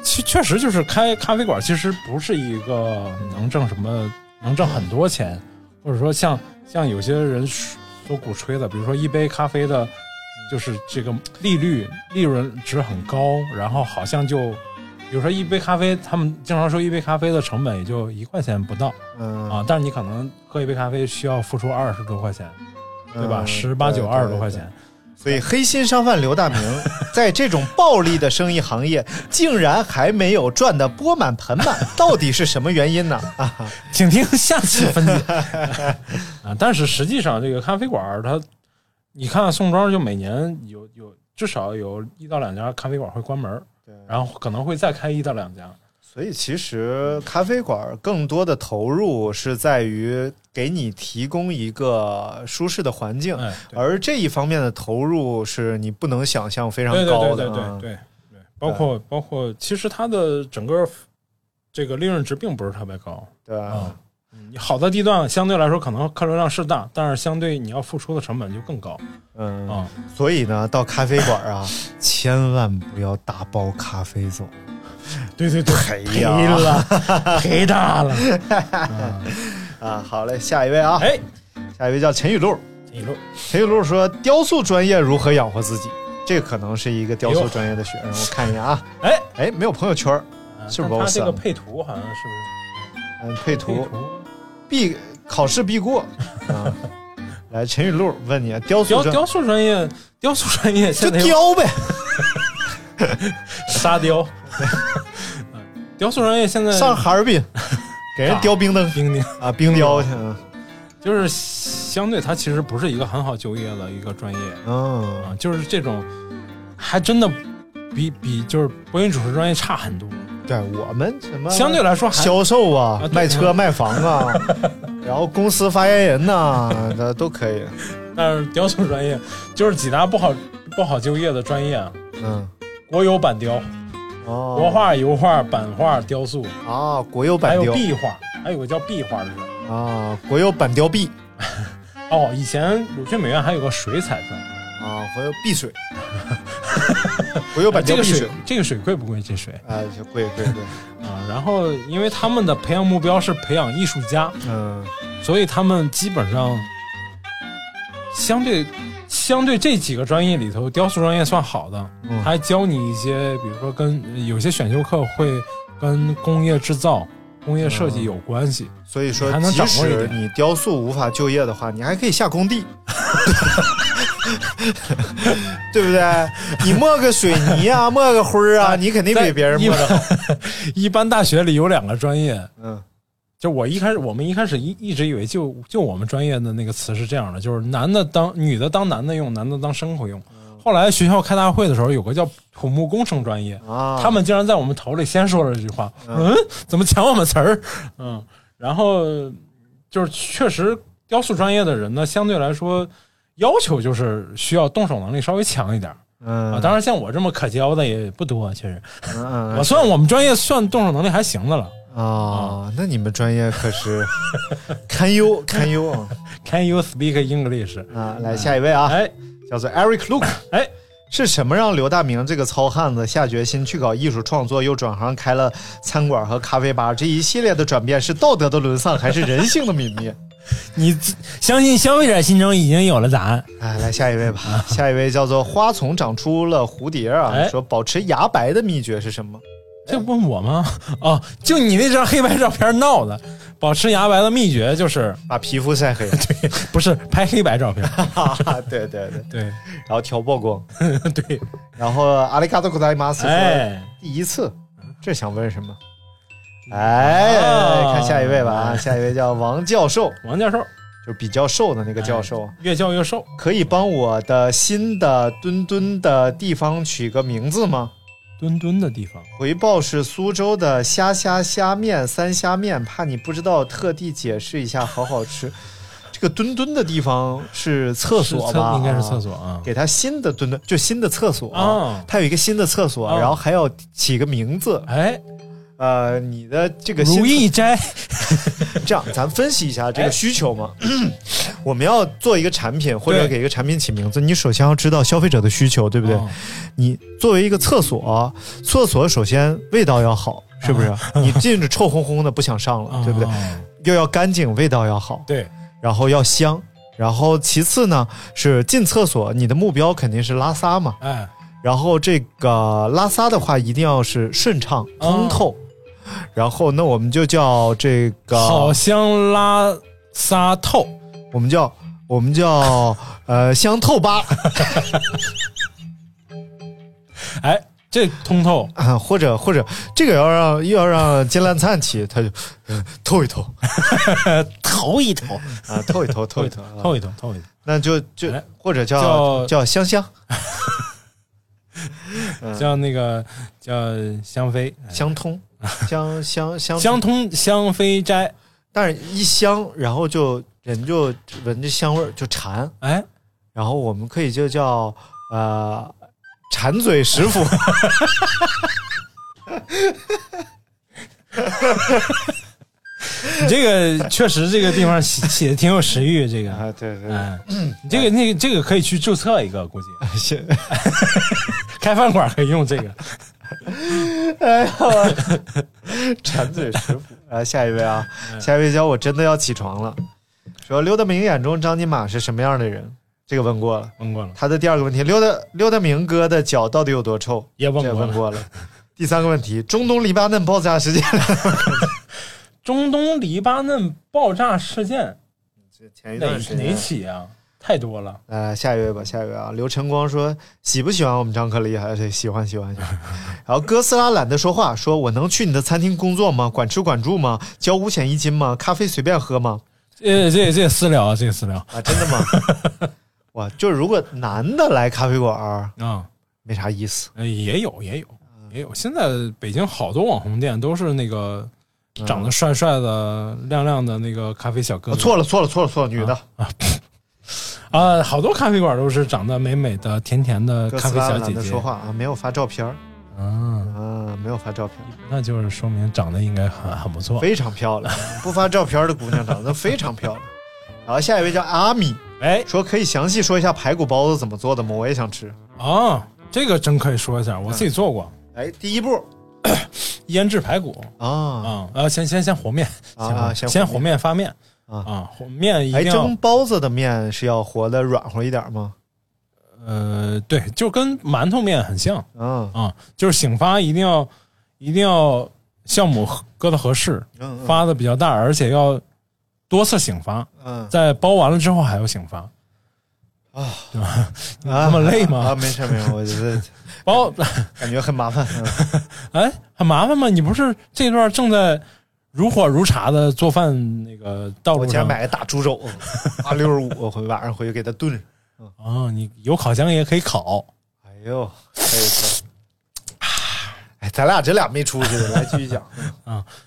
S3: 其确实就是开咖啡馆，其实不是一个能挣什么能挣很多钱，或者说像像有些人所鼓吹的，比如说一杯咖啡的，就是这个利率利润值很高，然后好像就，比如说一杯咖啡，他们经常说一杯咖啡的成本也就一块钱不到
S2: 嗯
S3: 啊，但是你可能喝一杯咖啡需要付出二十多块钱，对吧？
S2: 嗯
S3: 十八九
S2: 对
S3: 二十多
S2: 对
S3: 块
S2: 对
S3: 钱，
S2: 所以黑心商贩刘大
S3: (laughs)
S2: 明在这种暴利的生意行业，竟然还没有赚得钵满盆满，到底是什么原 (laughs) 因呢？啊，
S3: 请听下期
S2: (laughs)
S3: 分解啊。但是实际上，这个咖啡馆儿它，你看宋庄就每年有有至少有一到两家咖啡馆会关门儿，然后可能会再开一到两家。
S2: 啊所以其实咖啡馆更多的投入是在于给你提供一个舒适的环境，
S3: 哎，对
S2: 嗯而这一方面的投入是你不能想象非常
S3: 对对
S2: 高
S3: 对
S2: 的嗯
S3: 对
S2: 啊。
S3: 对对对，包括包括，其实它的整个这个利润值并不是特别高
S2: 对吧
S3: 啊。你好的地段相对来说可能客流量是大，但是相对你要付出的成本就更高
S2: 嗯，
S3: 啊。
S2: 所以呢，到咖啡馆
S3: (laughs)
S2: 啊，千万不要打包咖啡走，
S3: 对对对，赔
S2: 呀
S3: 了，赔大
S2: (laughs)
S3: 了。
S2: 啊。好嘞，下一位啊，
S3: 哎，
S2: 下一位叫陈雨露。
S3: 一路
S2: 陈雨露说：“雕塑专业如何养活自己？”这可能是一个雕塑专业的学生，我看一眼啊。
S3: 哎
S2: 哎，没有朋友圈儿，是不是把我
S3: 嗯他这
S2: 删
S3: 个
S2: 了
S3: 配图好像是
S2: 嗯，配
S3: 不是
S2: 图必考试必过。
S3: (laughs)
S2: 啊，来，陈雨露问你，啊雕塑
S3: 雕
S2: 专
S3: 雕塑专业，雕塑专业
S2: 就
S3: 现在有
S2: 雕呗，(laughs)
S3: 沙雕，嗯雕塑专业现在
S2: 上哈尔
S3: (laughs)
S2: 滨给人雕冰灯
S3: 钉钉，
S2: 啊，冰
S3: 哎
S2: 雕去。嗯
S3: 就是相对它其实不是一个很好就业的一个专业啊
S2: 嗯，，
S3: 就是这种还真的比比就是播音主持专业差很多，
S2: 对我们什么
S3: 相对来说还
S2: 销售啊
S3: 啊，对
S2: 卖车卖房啊， (laughs) 然后公司发言人呐，这都可以。
S3: 但是雕塑专业就是几大不好不好就业的专业，啊，
S2: 嗯，
S3: 国有板雕、
S2: 哦，
S3: 国画、油画、版画、雕塑，
S2: 啊，国有
S3: 还
S2: 板
S3: 有
S2: 雕
S3: 壁画，还有个叫壁画的人。
S2: 啊，国有板雕币
S3: 哦，以前鲁迅美院还有个水彩专业，
S2: 啊，国有碧
S3: (laughs)
S2: 水，国有板
S3: 哎这
S2: 雕
S3: 个
S2: 碧水
S3: 水这个水贵不贵？这水
S2: 啊，就贵贵贵，
S3: 啊，然后因为他们的培养目标是培养艺术家，
S2: 嗯，
S3: 呃所以他们基本上相对相对这几个专业里头，雕塑专业算好的，
S2: 嗯
S3: 他还教你一些，比如说跟有些选修课会跟工业制造、工业设
S2: 嗯
S3: 计有关系。
S2: 所以说
S3: 还，能
S2: 即
S3: 掌握一
S2: 使
S3: 点
S2: 你雕塑无法就业的话，你还可以下工
S3: (laughs)
S2: 地，对不对？你抹个水泥啊，抹个灰儿啊，你肯定比别人
S3: 一
S2: 抹的好。
S3: 一般 (laughs) 大学里有两个专业，
S2: 嗯，
S3: 就我一开始，我们一开始一一直以为
S2: 嗯
S3: 就就我们专业的那个词是这样的，就是男的当女的当男的用，男的当牲口用。后来学校开大会的时候，有个叫土木工程专业，
S2: 啊，
S3: 他们竟然在我们头里先说了这句话，嗯，怎么抢我们词儿？嗯，然后就是确实雕塑专业的人呢，相对来说要求就是需要动手能力稍微强一点儿
S2: 嗯
S3: 啊。当然，像我这么可教的也不多，确实，
S2: 嗯
S3: 我算我们专业算动手能力还行的了，
S2: 哦，那你们专业可是堪
S3: (laughs)
S2: 忧堪忧啊！
S3: Can you speak English？
S2: 啊，来下一位啊，
S3: 哎，
S2: 叫做 Eric Luke，
S3: 哎，
S2: 是什么让刘大明这个糙汉子下决心去搞艺术创作，又转行开了餐馆和咖啡吧？这一系列的转变是道德的沦丧，还是人性的泯灭？
S3: 你相信消费者心中已经有了答案。
S2: (laughs) 哎，来下一位吧，下一位叫做花丛长出了蝴蝶啊，
S3: 哎
S2: 说保持牙白的秘诀是什么？
S3: 这问我吗？ (laughs) 哦，就你那张黑白照片闹的。保持牙白的秘诀就是
S2: 把皮肤晒 (laughs) 黑，
S3: 不是拍黑白照片？
S2: 哈哈，对对对，
S3: 对
S2: 然后调曝光，
S3: (laughs) 对，
S2: 然后阿里嘎多古达伊马斯，
S3: 哎，
S2: 第一次，这想问什么？哎，
S3: 啊
S2: 看下一位吧，啊，下一位叫王教授，
S3: 王教授
S2: 就是比较瘦的那个教授，啊
S3: 越叫越瘦，
S2: 可以帮我的新的墩墩的地方取个名字吗？
S3: 墩墩的地方
S2: 回报是苏州的虾虾虾面三虾面，怕你不知道，特地解释一下，好好吃。这个墩墩的地方是厕所
S3: 是
S2: 吧？
S3: 应该是厕
S2: 啊。
S3: 所啊。
S2: 给他新的墩墩，就新的厕所
S3: 啊
S2: 他有一个新的厕所，
S3: 啊
S2: 然后还要起个名字。
S3: 哎，
S2: 呃，你的这个新
S3: 如意斋
S2: 这样，咱分析一下这个需求
S3: (clears throat)
S2: 嘛。我们要做一个产品，或者
S3: 对
S2: 给一个产品起名字，你首先要知道消费者的需求，对不对？
S3: 哦
S2: 你作为一个厕所，厕所首先味道要好，是不是？ (laughs) 你进去臭烘烘的，不想上了，对不对？
S3: 哦
S2: 又要干净，味道要好，
S3: 对，
S2: 然后要香。然后其次呢是进厕所，你的目标肯定是拉撒嘛。
S3: 哎，
S2: 然后这个拉撒的话，一定要是顺畅通透。然后那我们就叫这个
S3: 好香拉撒透，
S2: 我们叫我们叫呃香透吧 (laughs)
S3: 哎，这通
S2: (laughs)
S3: 透
S2: 啊，或者或者这个要让又要让金兰灿起，他就、嗯透一透
S3: 头一头，
S2: (laughs) 啊，透一透，透
S3: 透
S2: 一
S3: 一
S2: 透
S3: 头，，
S2: 啊
S3: 透一头，透一头。
S2: 那就就
S3: 哎
S2: 或者叫
S3: 叫
S2: 叫香香
S3: 叫那个叫香妃，
S2: (laughs) 香
S3: (laughs)
S2: 通香香香
S3: 哎香，通香妃斋，
S2: 但是一香然后就人就闻着香味儿就馋，
S3: 哎，
S2: 然后我们可以就叫呃馋嘴食府。
S3: 你
S2: (laughs)
S3: 这个确实这个地方写写的挺有食欲，这
S2: (laughs)
S3: 个，
S2: 啊，对对
S3: 哎，你这个那个这个可以去注册一个，估计
S2: (laughs) (laughs) 行，
S3: 开饭馆可以用这个。
S2: 哎呀，馋嘴食府。啊，下一位啊，
S3: 嗯
S2: 下一位叫我真的要起床了。说刘德明眼中张金马是什么样的人？这个问过了。
S3: 问过了，
S2: 他的第二个问题，刘德刘德明哥的脚到底有多臭？
S3: 也问
S2: 这
S3: 过
S2: 也
S3: 了
S2: 问过了。 (laughs) 第三个问题，中东黎巴嫩爆炸
S3: (laughs)
S2: 事件，
S3: 中东黎巴嫩爆炸事件
S2: 前一
S3: 哪
S2: 段时
S3: 哪
S2: 间。
S3: 起啊？太多了，
S2: 呃，下一位吧，下一位啊，刘晨光说喜不喜欢我们张克力？啊还是喜欢喜欢喜
S3: (laughs)
S2: 欢。然后哥斯拉懒得说话，说我能去你的餐厅工作吗？管吃管住吗？交五险一金吗？咖啡随便喝吗？
S3: 这这这私聊啊，这私聊
S2: 啊，真的吗？
S3: (laughs)
S2: 哇，就是如果男的来咖啡馆儿
S3: 啊，
S2: 没啥意思，
S3: 呃也有也有
S2: 嗯
S3: 也有。现在北京好多网红店都是那个长得帅帅的、亮亮的那个咖啡小哥
S2: 我嗯
S3: 哥。
S2: 哦错了错了错了错了，女的、
S3: 啊、好多咖啡馆都是长得美美的、甜甜的
S2: 哥
S3: 呃咖
S2: 斯
S3: 啡
S2: 拉
S3: 小
S2: 懒
S3: 姐
S2: 得
S3: 姐。
S2: 说话啊，没有发照片儿
S3: 嗯，
S2: 啊，没有发照片儿，
S3: 那就是说明长得应该很很不错。
S2: 非常漂
S3: (laughs)
S2: 亮，不发照片儿的姑娘长得非常漂亮。然后下一位叫阿米，
S3: 哎，
S2: 说可以详细说一下排骨包子怎么做的吗？我也想吃。
S3: 啊，这个真可以说一下，我自己做过
S2: 哎，第一步
S3: 腌制排骨
S2: 啊
S3: 啊，呃，先先先和面，
S2: 啊
S3: 和
S2: 先和
S3: 先
S2: 面
S3: 和面发面
S2: 啊
S3: 啊，和面一
S2: 哎，
S3: 定要
S2: 蒸包子的面是要和的软和一点吗？
S3: 呃，对，就跟馒头面很像
S2: 嗯
S3: 啊，就是醒发一定要一定要酵母搁的合适，
S2: 嗯嗯
S3: 发的比较大，而且要多次醒发，
S2: 嗯
S3: 在包完了之后还要醒发。
S2: 啊，
S3: 那么累吗
S2: 啊，没事没事，我觉得
S3: 包
S2: 感觉很麻
S3: (laughs)
S2: 烦。嗯
S3: 哎，很麻烦吗？你不是这段正在如火如茶的做饭那个道
S2: 我
S3: 路
S2: 今天
S3: 上
S2: 买个大猪
S3: (laughs)
S2: 肘，八六十五，我回晚上回去给它炖。
S3: 哦啊？你有烤箱也可以烤
S2: 哎呦，可以可以。哎，咱俩这俩没出息的，来继续
S3: (laughs)
S2: 讲。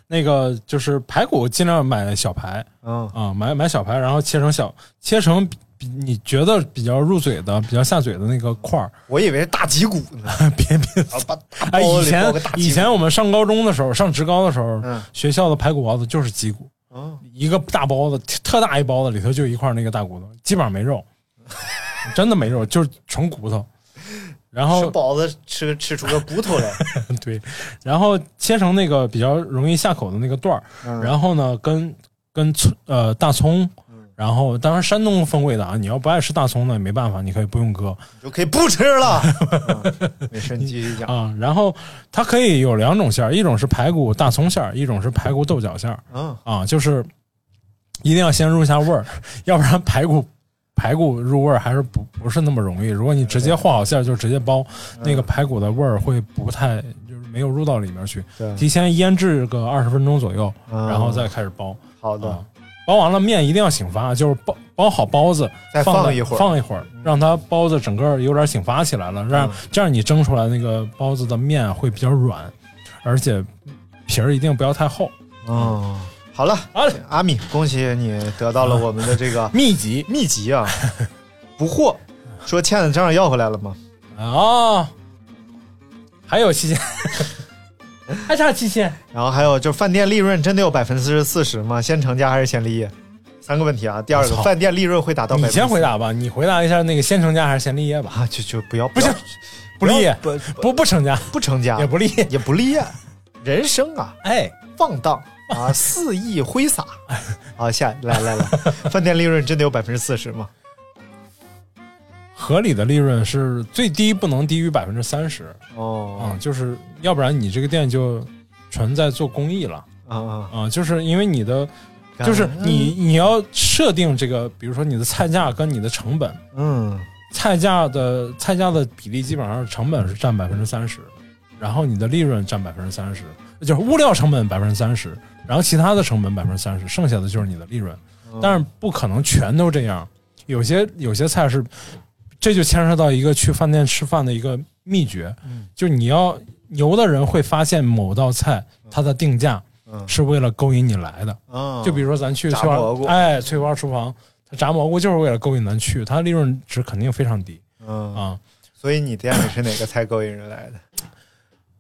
S3: 那个就是排骨尽量买小排
S2: 嗯
S3: 啊、买买小排，然后切成小切成比比你觉得比较入嘴的、比较下嘴的那个块儿， (laughs)
S2: 我以为是大脊骨呢，
S3: 别别
S2: 然后把大
S3: 哎，
S2: 包
S3: 以
S2: 里包
S3: 前
S2: 个大脊骨
S3: 以前我们上高中的时候，上职高的时候，
S2: 嗯
S3: 学校的排骨包子就是鸡骨，
S2: 嗯
S3: 一个大包子，特特大一包子，里头就一块那个大骨头，基本上没肉，真的没肉，就是纯骨头。然
S2: 吃
S3: 后
S2: 包子吃吃出个骨头来，
S3: (laughs)
S2: (laughs)
S3: 对，然后切成那个比较容易下口的那个段儿，然后呢，跟跟葱呃大葱，然后当然山东风味的啊，你要不爱吃大葱呢，也没办法，你可以不用搁
S2: 你就可以不吃
S3: (laughs)
S2: 了。嗯没事，你继续讲。
S3: 啊。然后它可以有两种馅儿，一种是排骨大葱馅儿，一种是排骨豆角馅儿。
S2: 嗯，
S3: 啊，就是一定要先入一下味儿，要不然排骨排骨入味儿还是不不是那么容易。如果你直接和好馅儿就直接包，
S2: 嗯
S3: 那个排骨的味儿会不太就是没有入到里面去。
S2: 对
S3: 提前腌制个二十分钟左右，
S2: 嗯
S3: 然后再开始包。
S2: 好的
S3: 啊，包完了面一定要醒发，就是包包好包子，
S2: 再
S3: 放
S2: 放
S3: 到
S2: 一会儿
S3: 放一会儿，让它包子整个有点醒发起来了，让、
S2: 嗯
S3: 这样你蒸出来那个包子的面会比较软，而且皮儿一定不要太厚。
S2: 嗯，好了，
S3: 好了
S2: 阿米，恭喜你得到了我们的这个
S3: 秘籍
S2: 秘籍
S3: (laughs)
S2: 啊，不惑。说欠的账要回来了吗？
S3: 啊，还
S2: (laughs)
S3: 有期限，还差期限。
S2: 然后还有就是饭店利润真的有百分之四十吗？先成家还是先立业？三个问题啊。第二个
S3: 我，操
S2: 饭店利润会达到百
S3: 你
S2: 分之
S3: 先回答吧，你回答一下那个先成家还是先立业吧？
S2: 啊，就就不要
S3: 不行，不立业，
S2: 不
S3: 不不成家
S2: 不成家
S3: 也不立业。
S2: 也不立业，人生啊
S3: 哎，
S2: 放荡
S3: (laughs)
S2: 啊，肆意挥洒。好，下来来来，饭店利润真的有百分之四十吗？
S3: 合理的利润是最低不能低于百分之三十啊
S2: 哦，，
S3: 就是要不然你这个店就纯在做公益了
S2: 啊啊，
S3: 啊、就是因为你的就是你你要设定这个，比如说你的菜价跟你的成本，
S2: 嗯
S3: 菜价的菜价的比例基本上成本是占百分之三十，然后你的利润占百分之三十，就是物料成本百分之三十，然后其他的成本百分之三十，剩下的就是你的利润。
S2: 嗯
S3: 但是不可能全都这样，有些有些菜是，这就牵涉到一个去饭店吃饭的一个秘诀，
S2: 嗯
S3: 就你要有的人会发现某道菜它的定价
S2: 嗯
S3: 是为了勾引你来的，
S2: 嗯，
S3: 就比如说咱去
S2: 炸
S3: 翠花
S2: 蘑菇
S3: 哎，翠花厨房，它炸蘑菇就是为了勾引咱去，它利润值肯定非常低
S2: 嗯，
S3: 啊。
S2: 所以你店里是哪个菜勾引人来的？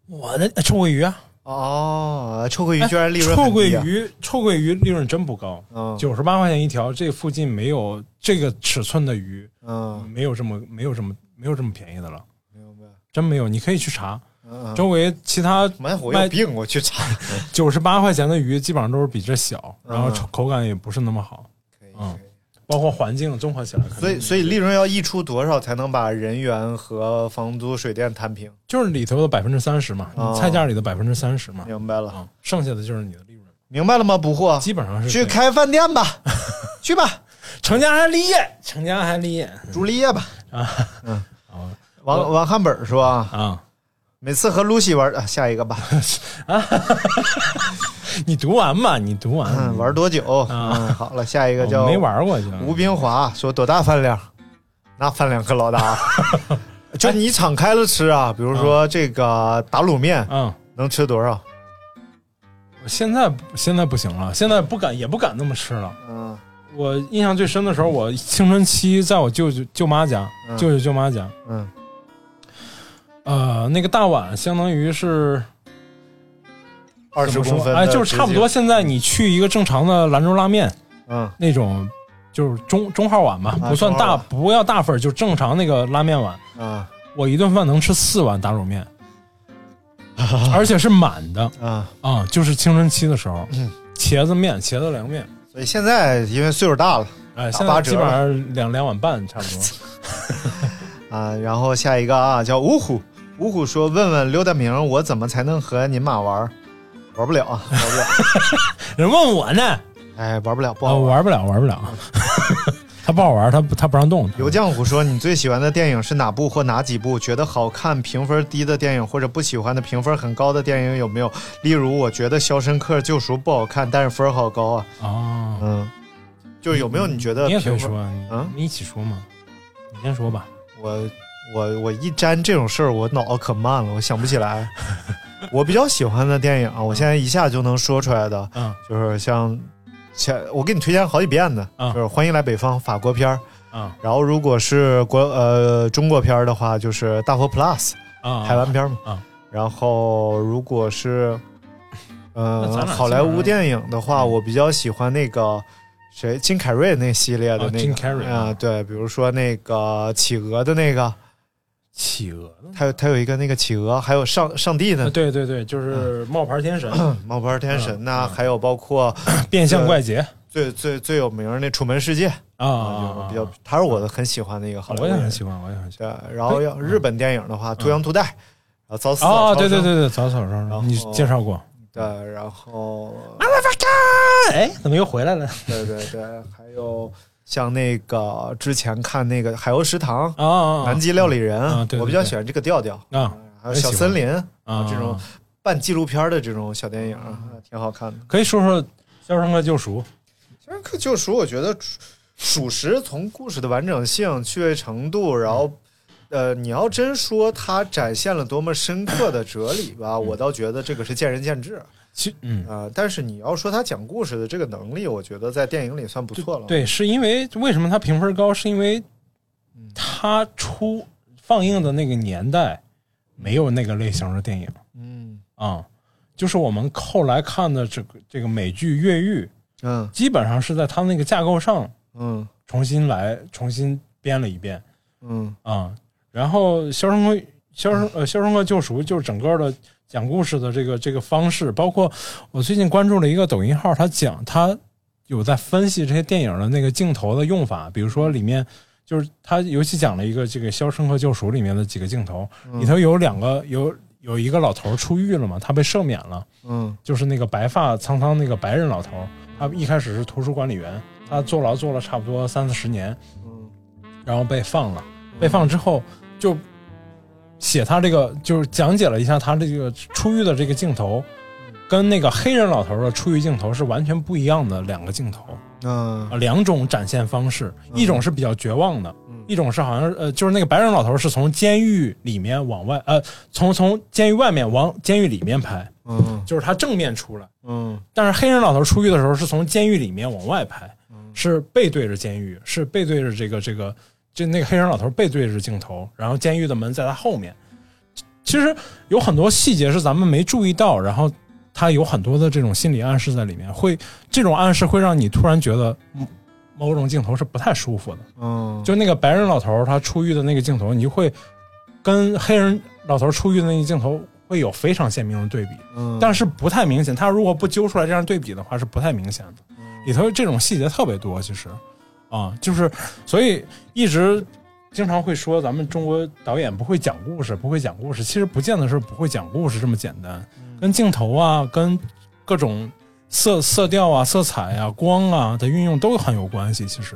S3: 我的臭鳜鱼啊，
S2: 哦，臭鳜鱼
S3: 哎
S2: 居然利润
S3: 臭
S2: 很低
S3: 鳜
S2: 啊，
S3: 鱼，臭鳜鱼利润真不高，
S2: 嗯
S3: 九十八块钱一条，这附近没有这个尺寸的鱼，
S2: 嗯，
S3: 没有这么没有这么没有这么便宜的了，
S2: 明白，
S3: 真没有。你可以去查，
S2: 嗯嗯，
S3: 周围其他
S2: 蛮我有
S3: 卖
S2: 病，我去查。
S3: 九十八块钱的鱼基本上都是比这小，
S2: 嗯
S3: 然后口口感也不是那么好，
S2: 可以
S3: 嗯
S2: 可以
S3: 包括环境综合起来可能。
S2: 所以，所以利润要溢出多少才能把人员和房租、水电摊平？
S3: 就是里头的百分之三十嘛，
S2: 哦
S3: 你菜价里的百分之三十嘛，
S2: 明白了，
S3: 啊，剩下的就是你的利润，
S2: 明白了吗？不惑，
S3: 基本上是这
S2: 去
S3: 样
S2: 开饭店
S3: (laughs)
S2: 吧，去吧，
S3: 成家还立业，成家还立业
S2: 朱丽叶吧。
S3: 啊
S2: 王王汉本说啊，
S3: 啊！
S2: 每次和露西玩啊，下一个吧，
S3: 你读完吧，你读完
S2: 嗯， (laughs) 玩多久？
S3: 啊
S2: 嗯，好了，下一个
S3: 我
S2: 叫
S3: 没玩过就
S2: 吴冰华说多大饭量？那饭量可老大
S3: (laughs)
S2: 啊，就你敞开了吃啊，比如说这个打卤面
S3: 嗯，
S2: 能吃多少？
S3: 我现在现在不行了，现在不敢也不敢那么吃了。
S2: 嗯
S3: 我印象最深的时候，我青春期在我舅舅舅妈家，
S2: 嗯
S3: 舅舅舅妈家，
S2: 嗯，
S3: 呃，那个大碗相当于是
S2: 二十
S3: 怎么说
S2: 公分的
S3: 哎，就是差不多。
S2: 直
S3: 现在你去一个正常的兰州拉面
S2: 径嗯
S3: 那种，就是中中号碗吧，
S2: 啊
S3: 不算
S2: 中号
S3: 大，
S2: 碗
S3: 不要大份儿，就正常那个拉面碗。
S2: (laughs) 啊
S3: 我一顿饭能吃四碗打卤面，
S2: 嗯
S3: 而且是满的
S2: 啊，
S3: 啊、就是青春期的时候
S2: 嗯，
S3: 茄子面、茄子凉面，
S2: 所以现在因为岁数大了
S3: 哎，
S2: 打
S3: 现
S2: 八
S3: 在
S2: 折
S3: 基本上两两碗半差不多。
S2: (laughs) 啊，然后下一个啊叫五虎，五虎说问问刘大明，我怎么才能和您妈玩？玩不了啊，玩不了，
S3: 人问我呢，
S2: 哎，玩不了，不
S3: 啊，
S2: 好玩。
S3: 玩不了，玩不了，
S2: (laughs)
S3: 他不好玩，他不他不让动。
S2: 刘江虎说：“你最喜欢的电影是哪部或哪几部？觉得好看、评分低的电影，或者不喜欢的评分很高的电影有没有？例如，我觉得《肖申克救赎》不好看，但是分儿好高啊。
S3: 啊，
S2: 嗯，就是有没有你觉得
S3: 你也可
S2: 评
S3: 以
S2: 分？
S3: 说，
S2: 嗯
S3: 你一起说嘛，你先说吧。
S2: 我我我一沾这种事儿，我脑子可慢了，我想不起
S3: (laughs)
S2: 来。我比较喜欢的电影啊，我现在一下就能说出来的，
S3: 嗯，
S2: 就是像前我给你推荐好几遍的，
S3: 嗯
S2: 就是《欢迎来北方》法国片儿，
S3: 嗯，
S2: 然后如果是国呃中国片儿的话，就是《大佛 Plus》
S3: 啊，
S2: 台湾片儿嘛，
S3: 嗯
S2: 然后如果是
S3: 那咱
S2: 呃
S3: 俩
S2: 好莱坞
S3: 基本上嗯
S2: 电影的话，我比较喜欢那个谁金凯瑞那系列的
S3: 啊
S2: 那个
S3: 金凯瑞
S2: 啊，对，比如说那个企鹅的那个，
S3: 企鹅呢，
S2: 他有他有一个那个企鹅，还有上上帝
S3: 啊
S2: 的
S3: 对对对，就是
S2: 嗯
S3: 冒牌天神、
S2: 冒牌天神呐、
S3: 嗯嗯
S2: 还有包括
S3: 变相怪杰
S2: 最最最有名儿那《楚门世界》
S3: 啊啊
S2: 啊，
S3: 啊，
S2: 比较他是我的很喜欢的一个好
S3: 好，
S2: 莱坞
S3: 我也
S2: 电
S3: 很
S2: 影。
S3: 喜欢，我也很喜
S2: 对，然后要日本电影的话，《图阳图带》，然后《早死
S3: 欢。哦，
S2: 早
S3: 对对
S2: 超生
S3: 对对，早早
S2: 后
S3: 上上你介绍过，
S2: 对，然后
S3: 哎，怎么又回来了？
S2: 对对对，还有像那个之前看那个《海鸥食堂》
S3: 啊啊啊
S2: 南极料理人》
S3: 啊对对
S2: 我比较喜欢这个调调，
S3: 啊
S2: 还有小森林
S3: 啊，
S2: 这种半纪录片的这种小电影，挺好看的。
S3: 可以说说《肖申克救赎》
S2: 其实《救赎》，我觉得属属实从故事的完整性、趣味程度，然后。呃，你要真说它展现了多么深刻的哲理吧，我倒觉得这个是见仁见智啊、
S3: 其嗯。
S2: 呃但是你要说它讲故事的这个能力，我觉得在电影里算不错了。
S3: 对，是因为为什么它评分高？是因为
S2: 嗯
S3: 它出放映的那个年代没有那个类型的电影
S2: 嗯
S3: 啊、就是我们后来看的这个这个美剧《越狱
S2: 嗯》，
S3: 基本上是在它那个架构上
S2: 嗯
S3: 重新来重新编了一遍
S2: 嗯，
S3: 啊、然后《肖申克》《肖申呃《肖申克救赎》就是整个的讲故事的这个这个方式，包括我最近关注了一个抖音号，他讲他有在分析这些电影的那个镜头的用法，比如说里面就是他尤其讲了一个这个《肖申克救赎》里面的几个镜头，里头有两个有有一个老头出狱了嘛，他被赦免了，
S2: 嗯
S3: 就是那个白发苍苍那个白人老头，他一开始是图书管理员，他坐牢坐了差不多三四十年，
S2: 嗯
S3: 然后被放了。被放之后就写他这个，就是讲解了一下他这个出狱的这个镜头，跟那个黑人老头的出狱镜头是完全不一样的两个镜头，
S2: 嗯
S3: 呃，两种展现方式，一种是比较绝望的，一种是好像是呃，就是那个白人老头是从监狱里面往外，呃，从从监狱外面往监狱里面拍，
S2: 嗯
S3: 就是他正面出来。
S2: 嗯
S3: 但是黑人老头出狱的时候是从监狱里面往外拍，是背对着监狱，是背对着这个这个这那个黑人老头背对着镜头，然后监狱的门在他后面。其实有很多细节是咱们没注意到，然后他有很多的这种心理暗示在里面，会这种暗示会让你突然觉得嗯某种镜头是不太舒服的。
S2: 嗯，
S3: 就那个白人老头儿他出狱的那个镜头，你就会跟黑人老头儿出狱的那个镜头会有非常鲜明的对比。
S2: 嗯
S3: 但是不太明显。他如果不揪出来这样对比的话，是不太明显的。里头这种细节特别多，其实，啊、就是所以一直经常会说咱们中国导演不会讲故事，不会讲故事。其实不见得是不会讲故事这么简单，
S2: 嗯
S3: 跟镜头啊，跟各种色色调啊、色彩啊、光啊的运用都很有关系。其实，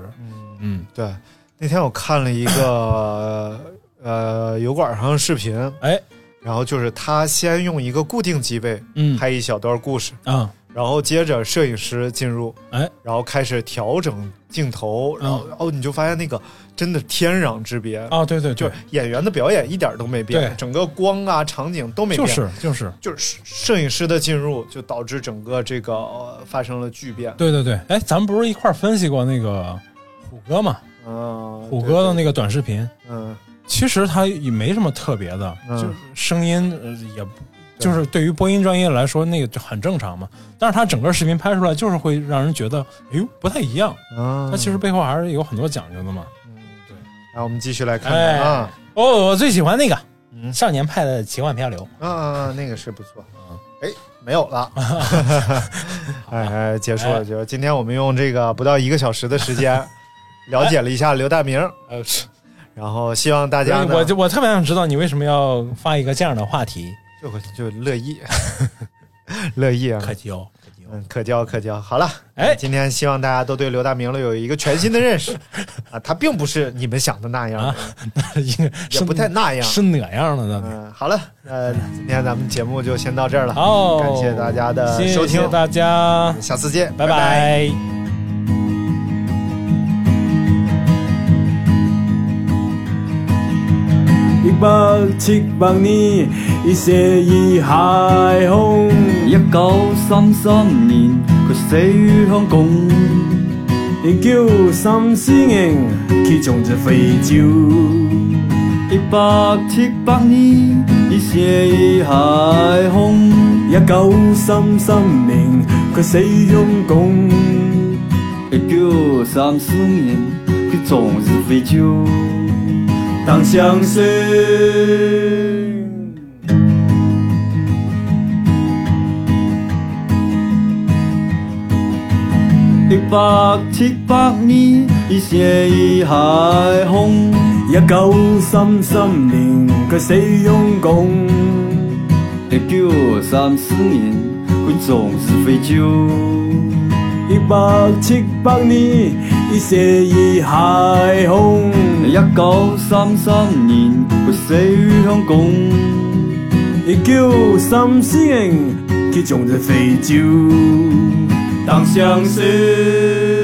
S3: 嗯，
S2: 对，那天我看了一个呃油管上的视频，
S3: 哎，
S2: 然后就是他先用一个固定机位
S3: 嗯，
S2: 拍一小段故事，
S3: 啊，
S2: 然后接着摄影师进入，
S3: 哎，嗯
S2: 然后开始调整镜头，然后、哦，你就发现那个真的天壤之别。
S3: 啊，对对
S2: 就
S3: 对
S2: 是，演员的表演一点都没变，
S3: 对
S2: 整个光啊场景都没
S3: 就
S2: 变，
S3: 是就是，
S2: 就是摄影师的进入就导致整个这个、呃发生了巨变。
S3: 对对对。哎，咱们不是一块儿分析过那个虎哥嘛？
S2: 嗯，
S3: 虎哥的
S2: 对
S3: 那个短视频，
S2: 对嗯
S3: 其实它也没什么特别的，
S2: 嗯
S3: 就是声音呃也不，
S2: 对
S3: 就是对于播音专业来说，那个就很正常嘛。但是它整个视频拍出来，就是会让人觉得，哎呦，不太一样。
S2: 啊
S3: 它其实背后还是有很多讲究的嘛。
S2: 然后我们继续来看
S3: 哎
S2: 看啊
S3: 哦，我最喜欢那个
S2: 嗯
S3: 少年派的奇幻漂流。
S2: 啊啊，那个是不错。哎，没有了， (laughs) 哎哎，结束了，结束了。今天我们用这个不到一个小时的时间，了解了一下刘大明，
S3: 呃，
S2: 然后希望大家呢
S3: 我就我特别想知道你为什么要发一个这样的话题，
S2: 就就乐意， (laughs) 乐意啊。
S3: 可交可交。
S2: 嗯，可交可交，好了，
S3: 哎
S2: 今天希望大家都对刘大明了有一个全新的认
S3: (laughs)
S2: 识啊，他并不是你们想的那样，
S3: 啊应该
S2: 嗯也
S3: 是
S2: 不太那样，
S3: 是哪样的呢？
S2: 嗯，好了，呃，今天咱们节目就先到这儿了，
S3: 好，
S2: 感谢大家的收听
S3: 谢谢大家，
S2: 下次见，
S3: 拜拜
S4: 北切北呢，已射已邂空。一九三三年，佢死於香港。一九三四年，佢從至非洲。一八七八年，已射已邂空。一九三三年，佢死香港。一九三四年，佢总是非洲。当相识。一八七八年，已写已海空。一九三三年，佢死香港。一九三四年，佢总是非洲。一八七八年，已写已海空。一九三三年，佢死于香港。一九三四年，佢仲在非洲。当相识。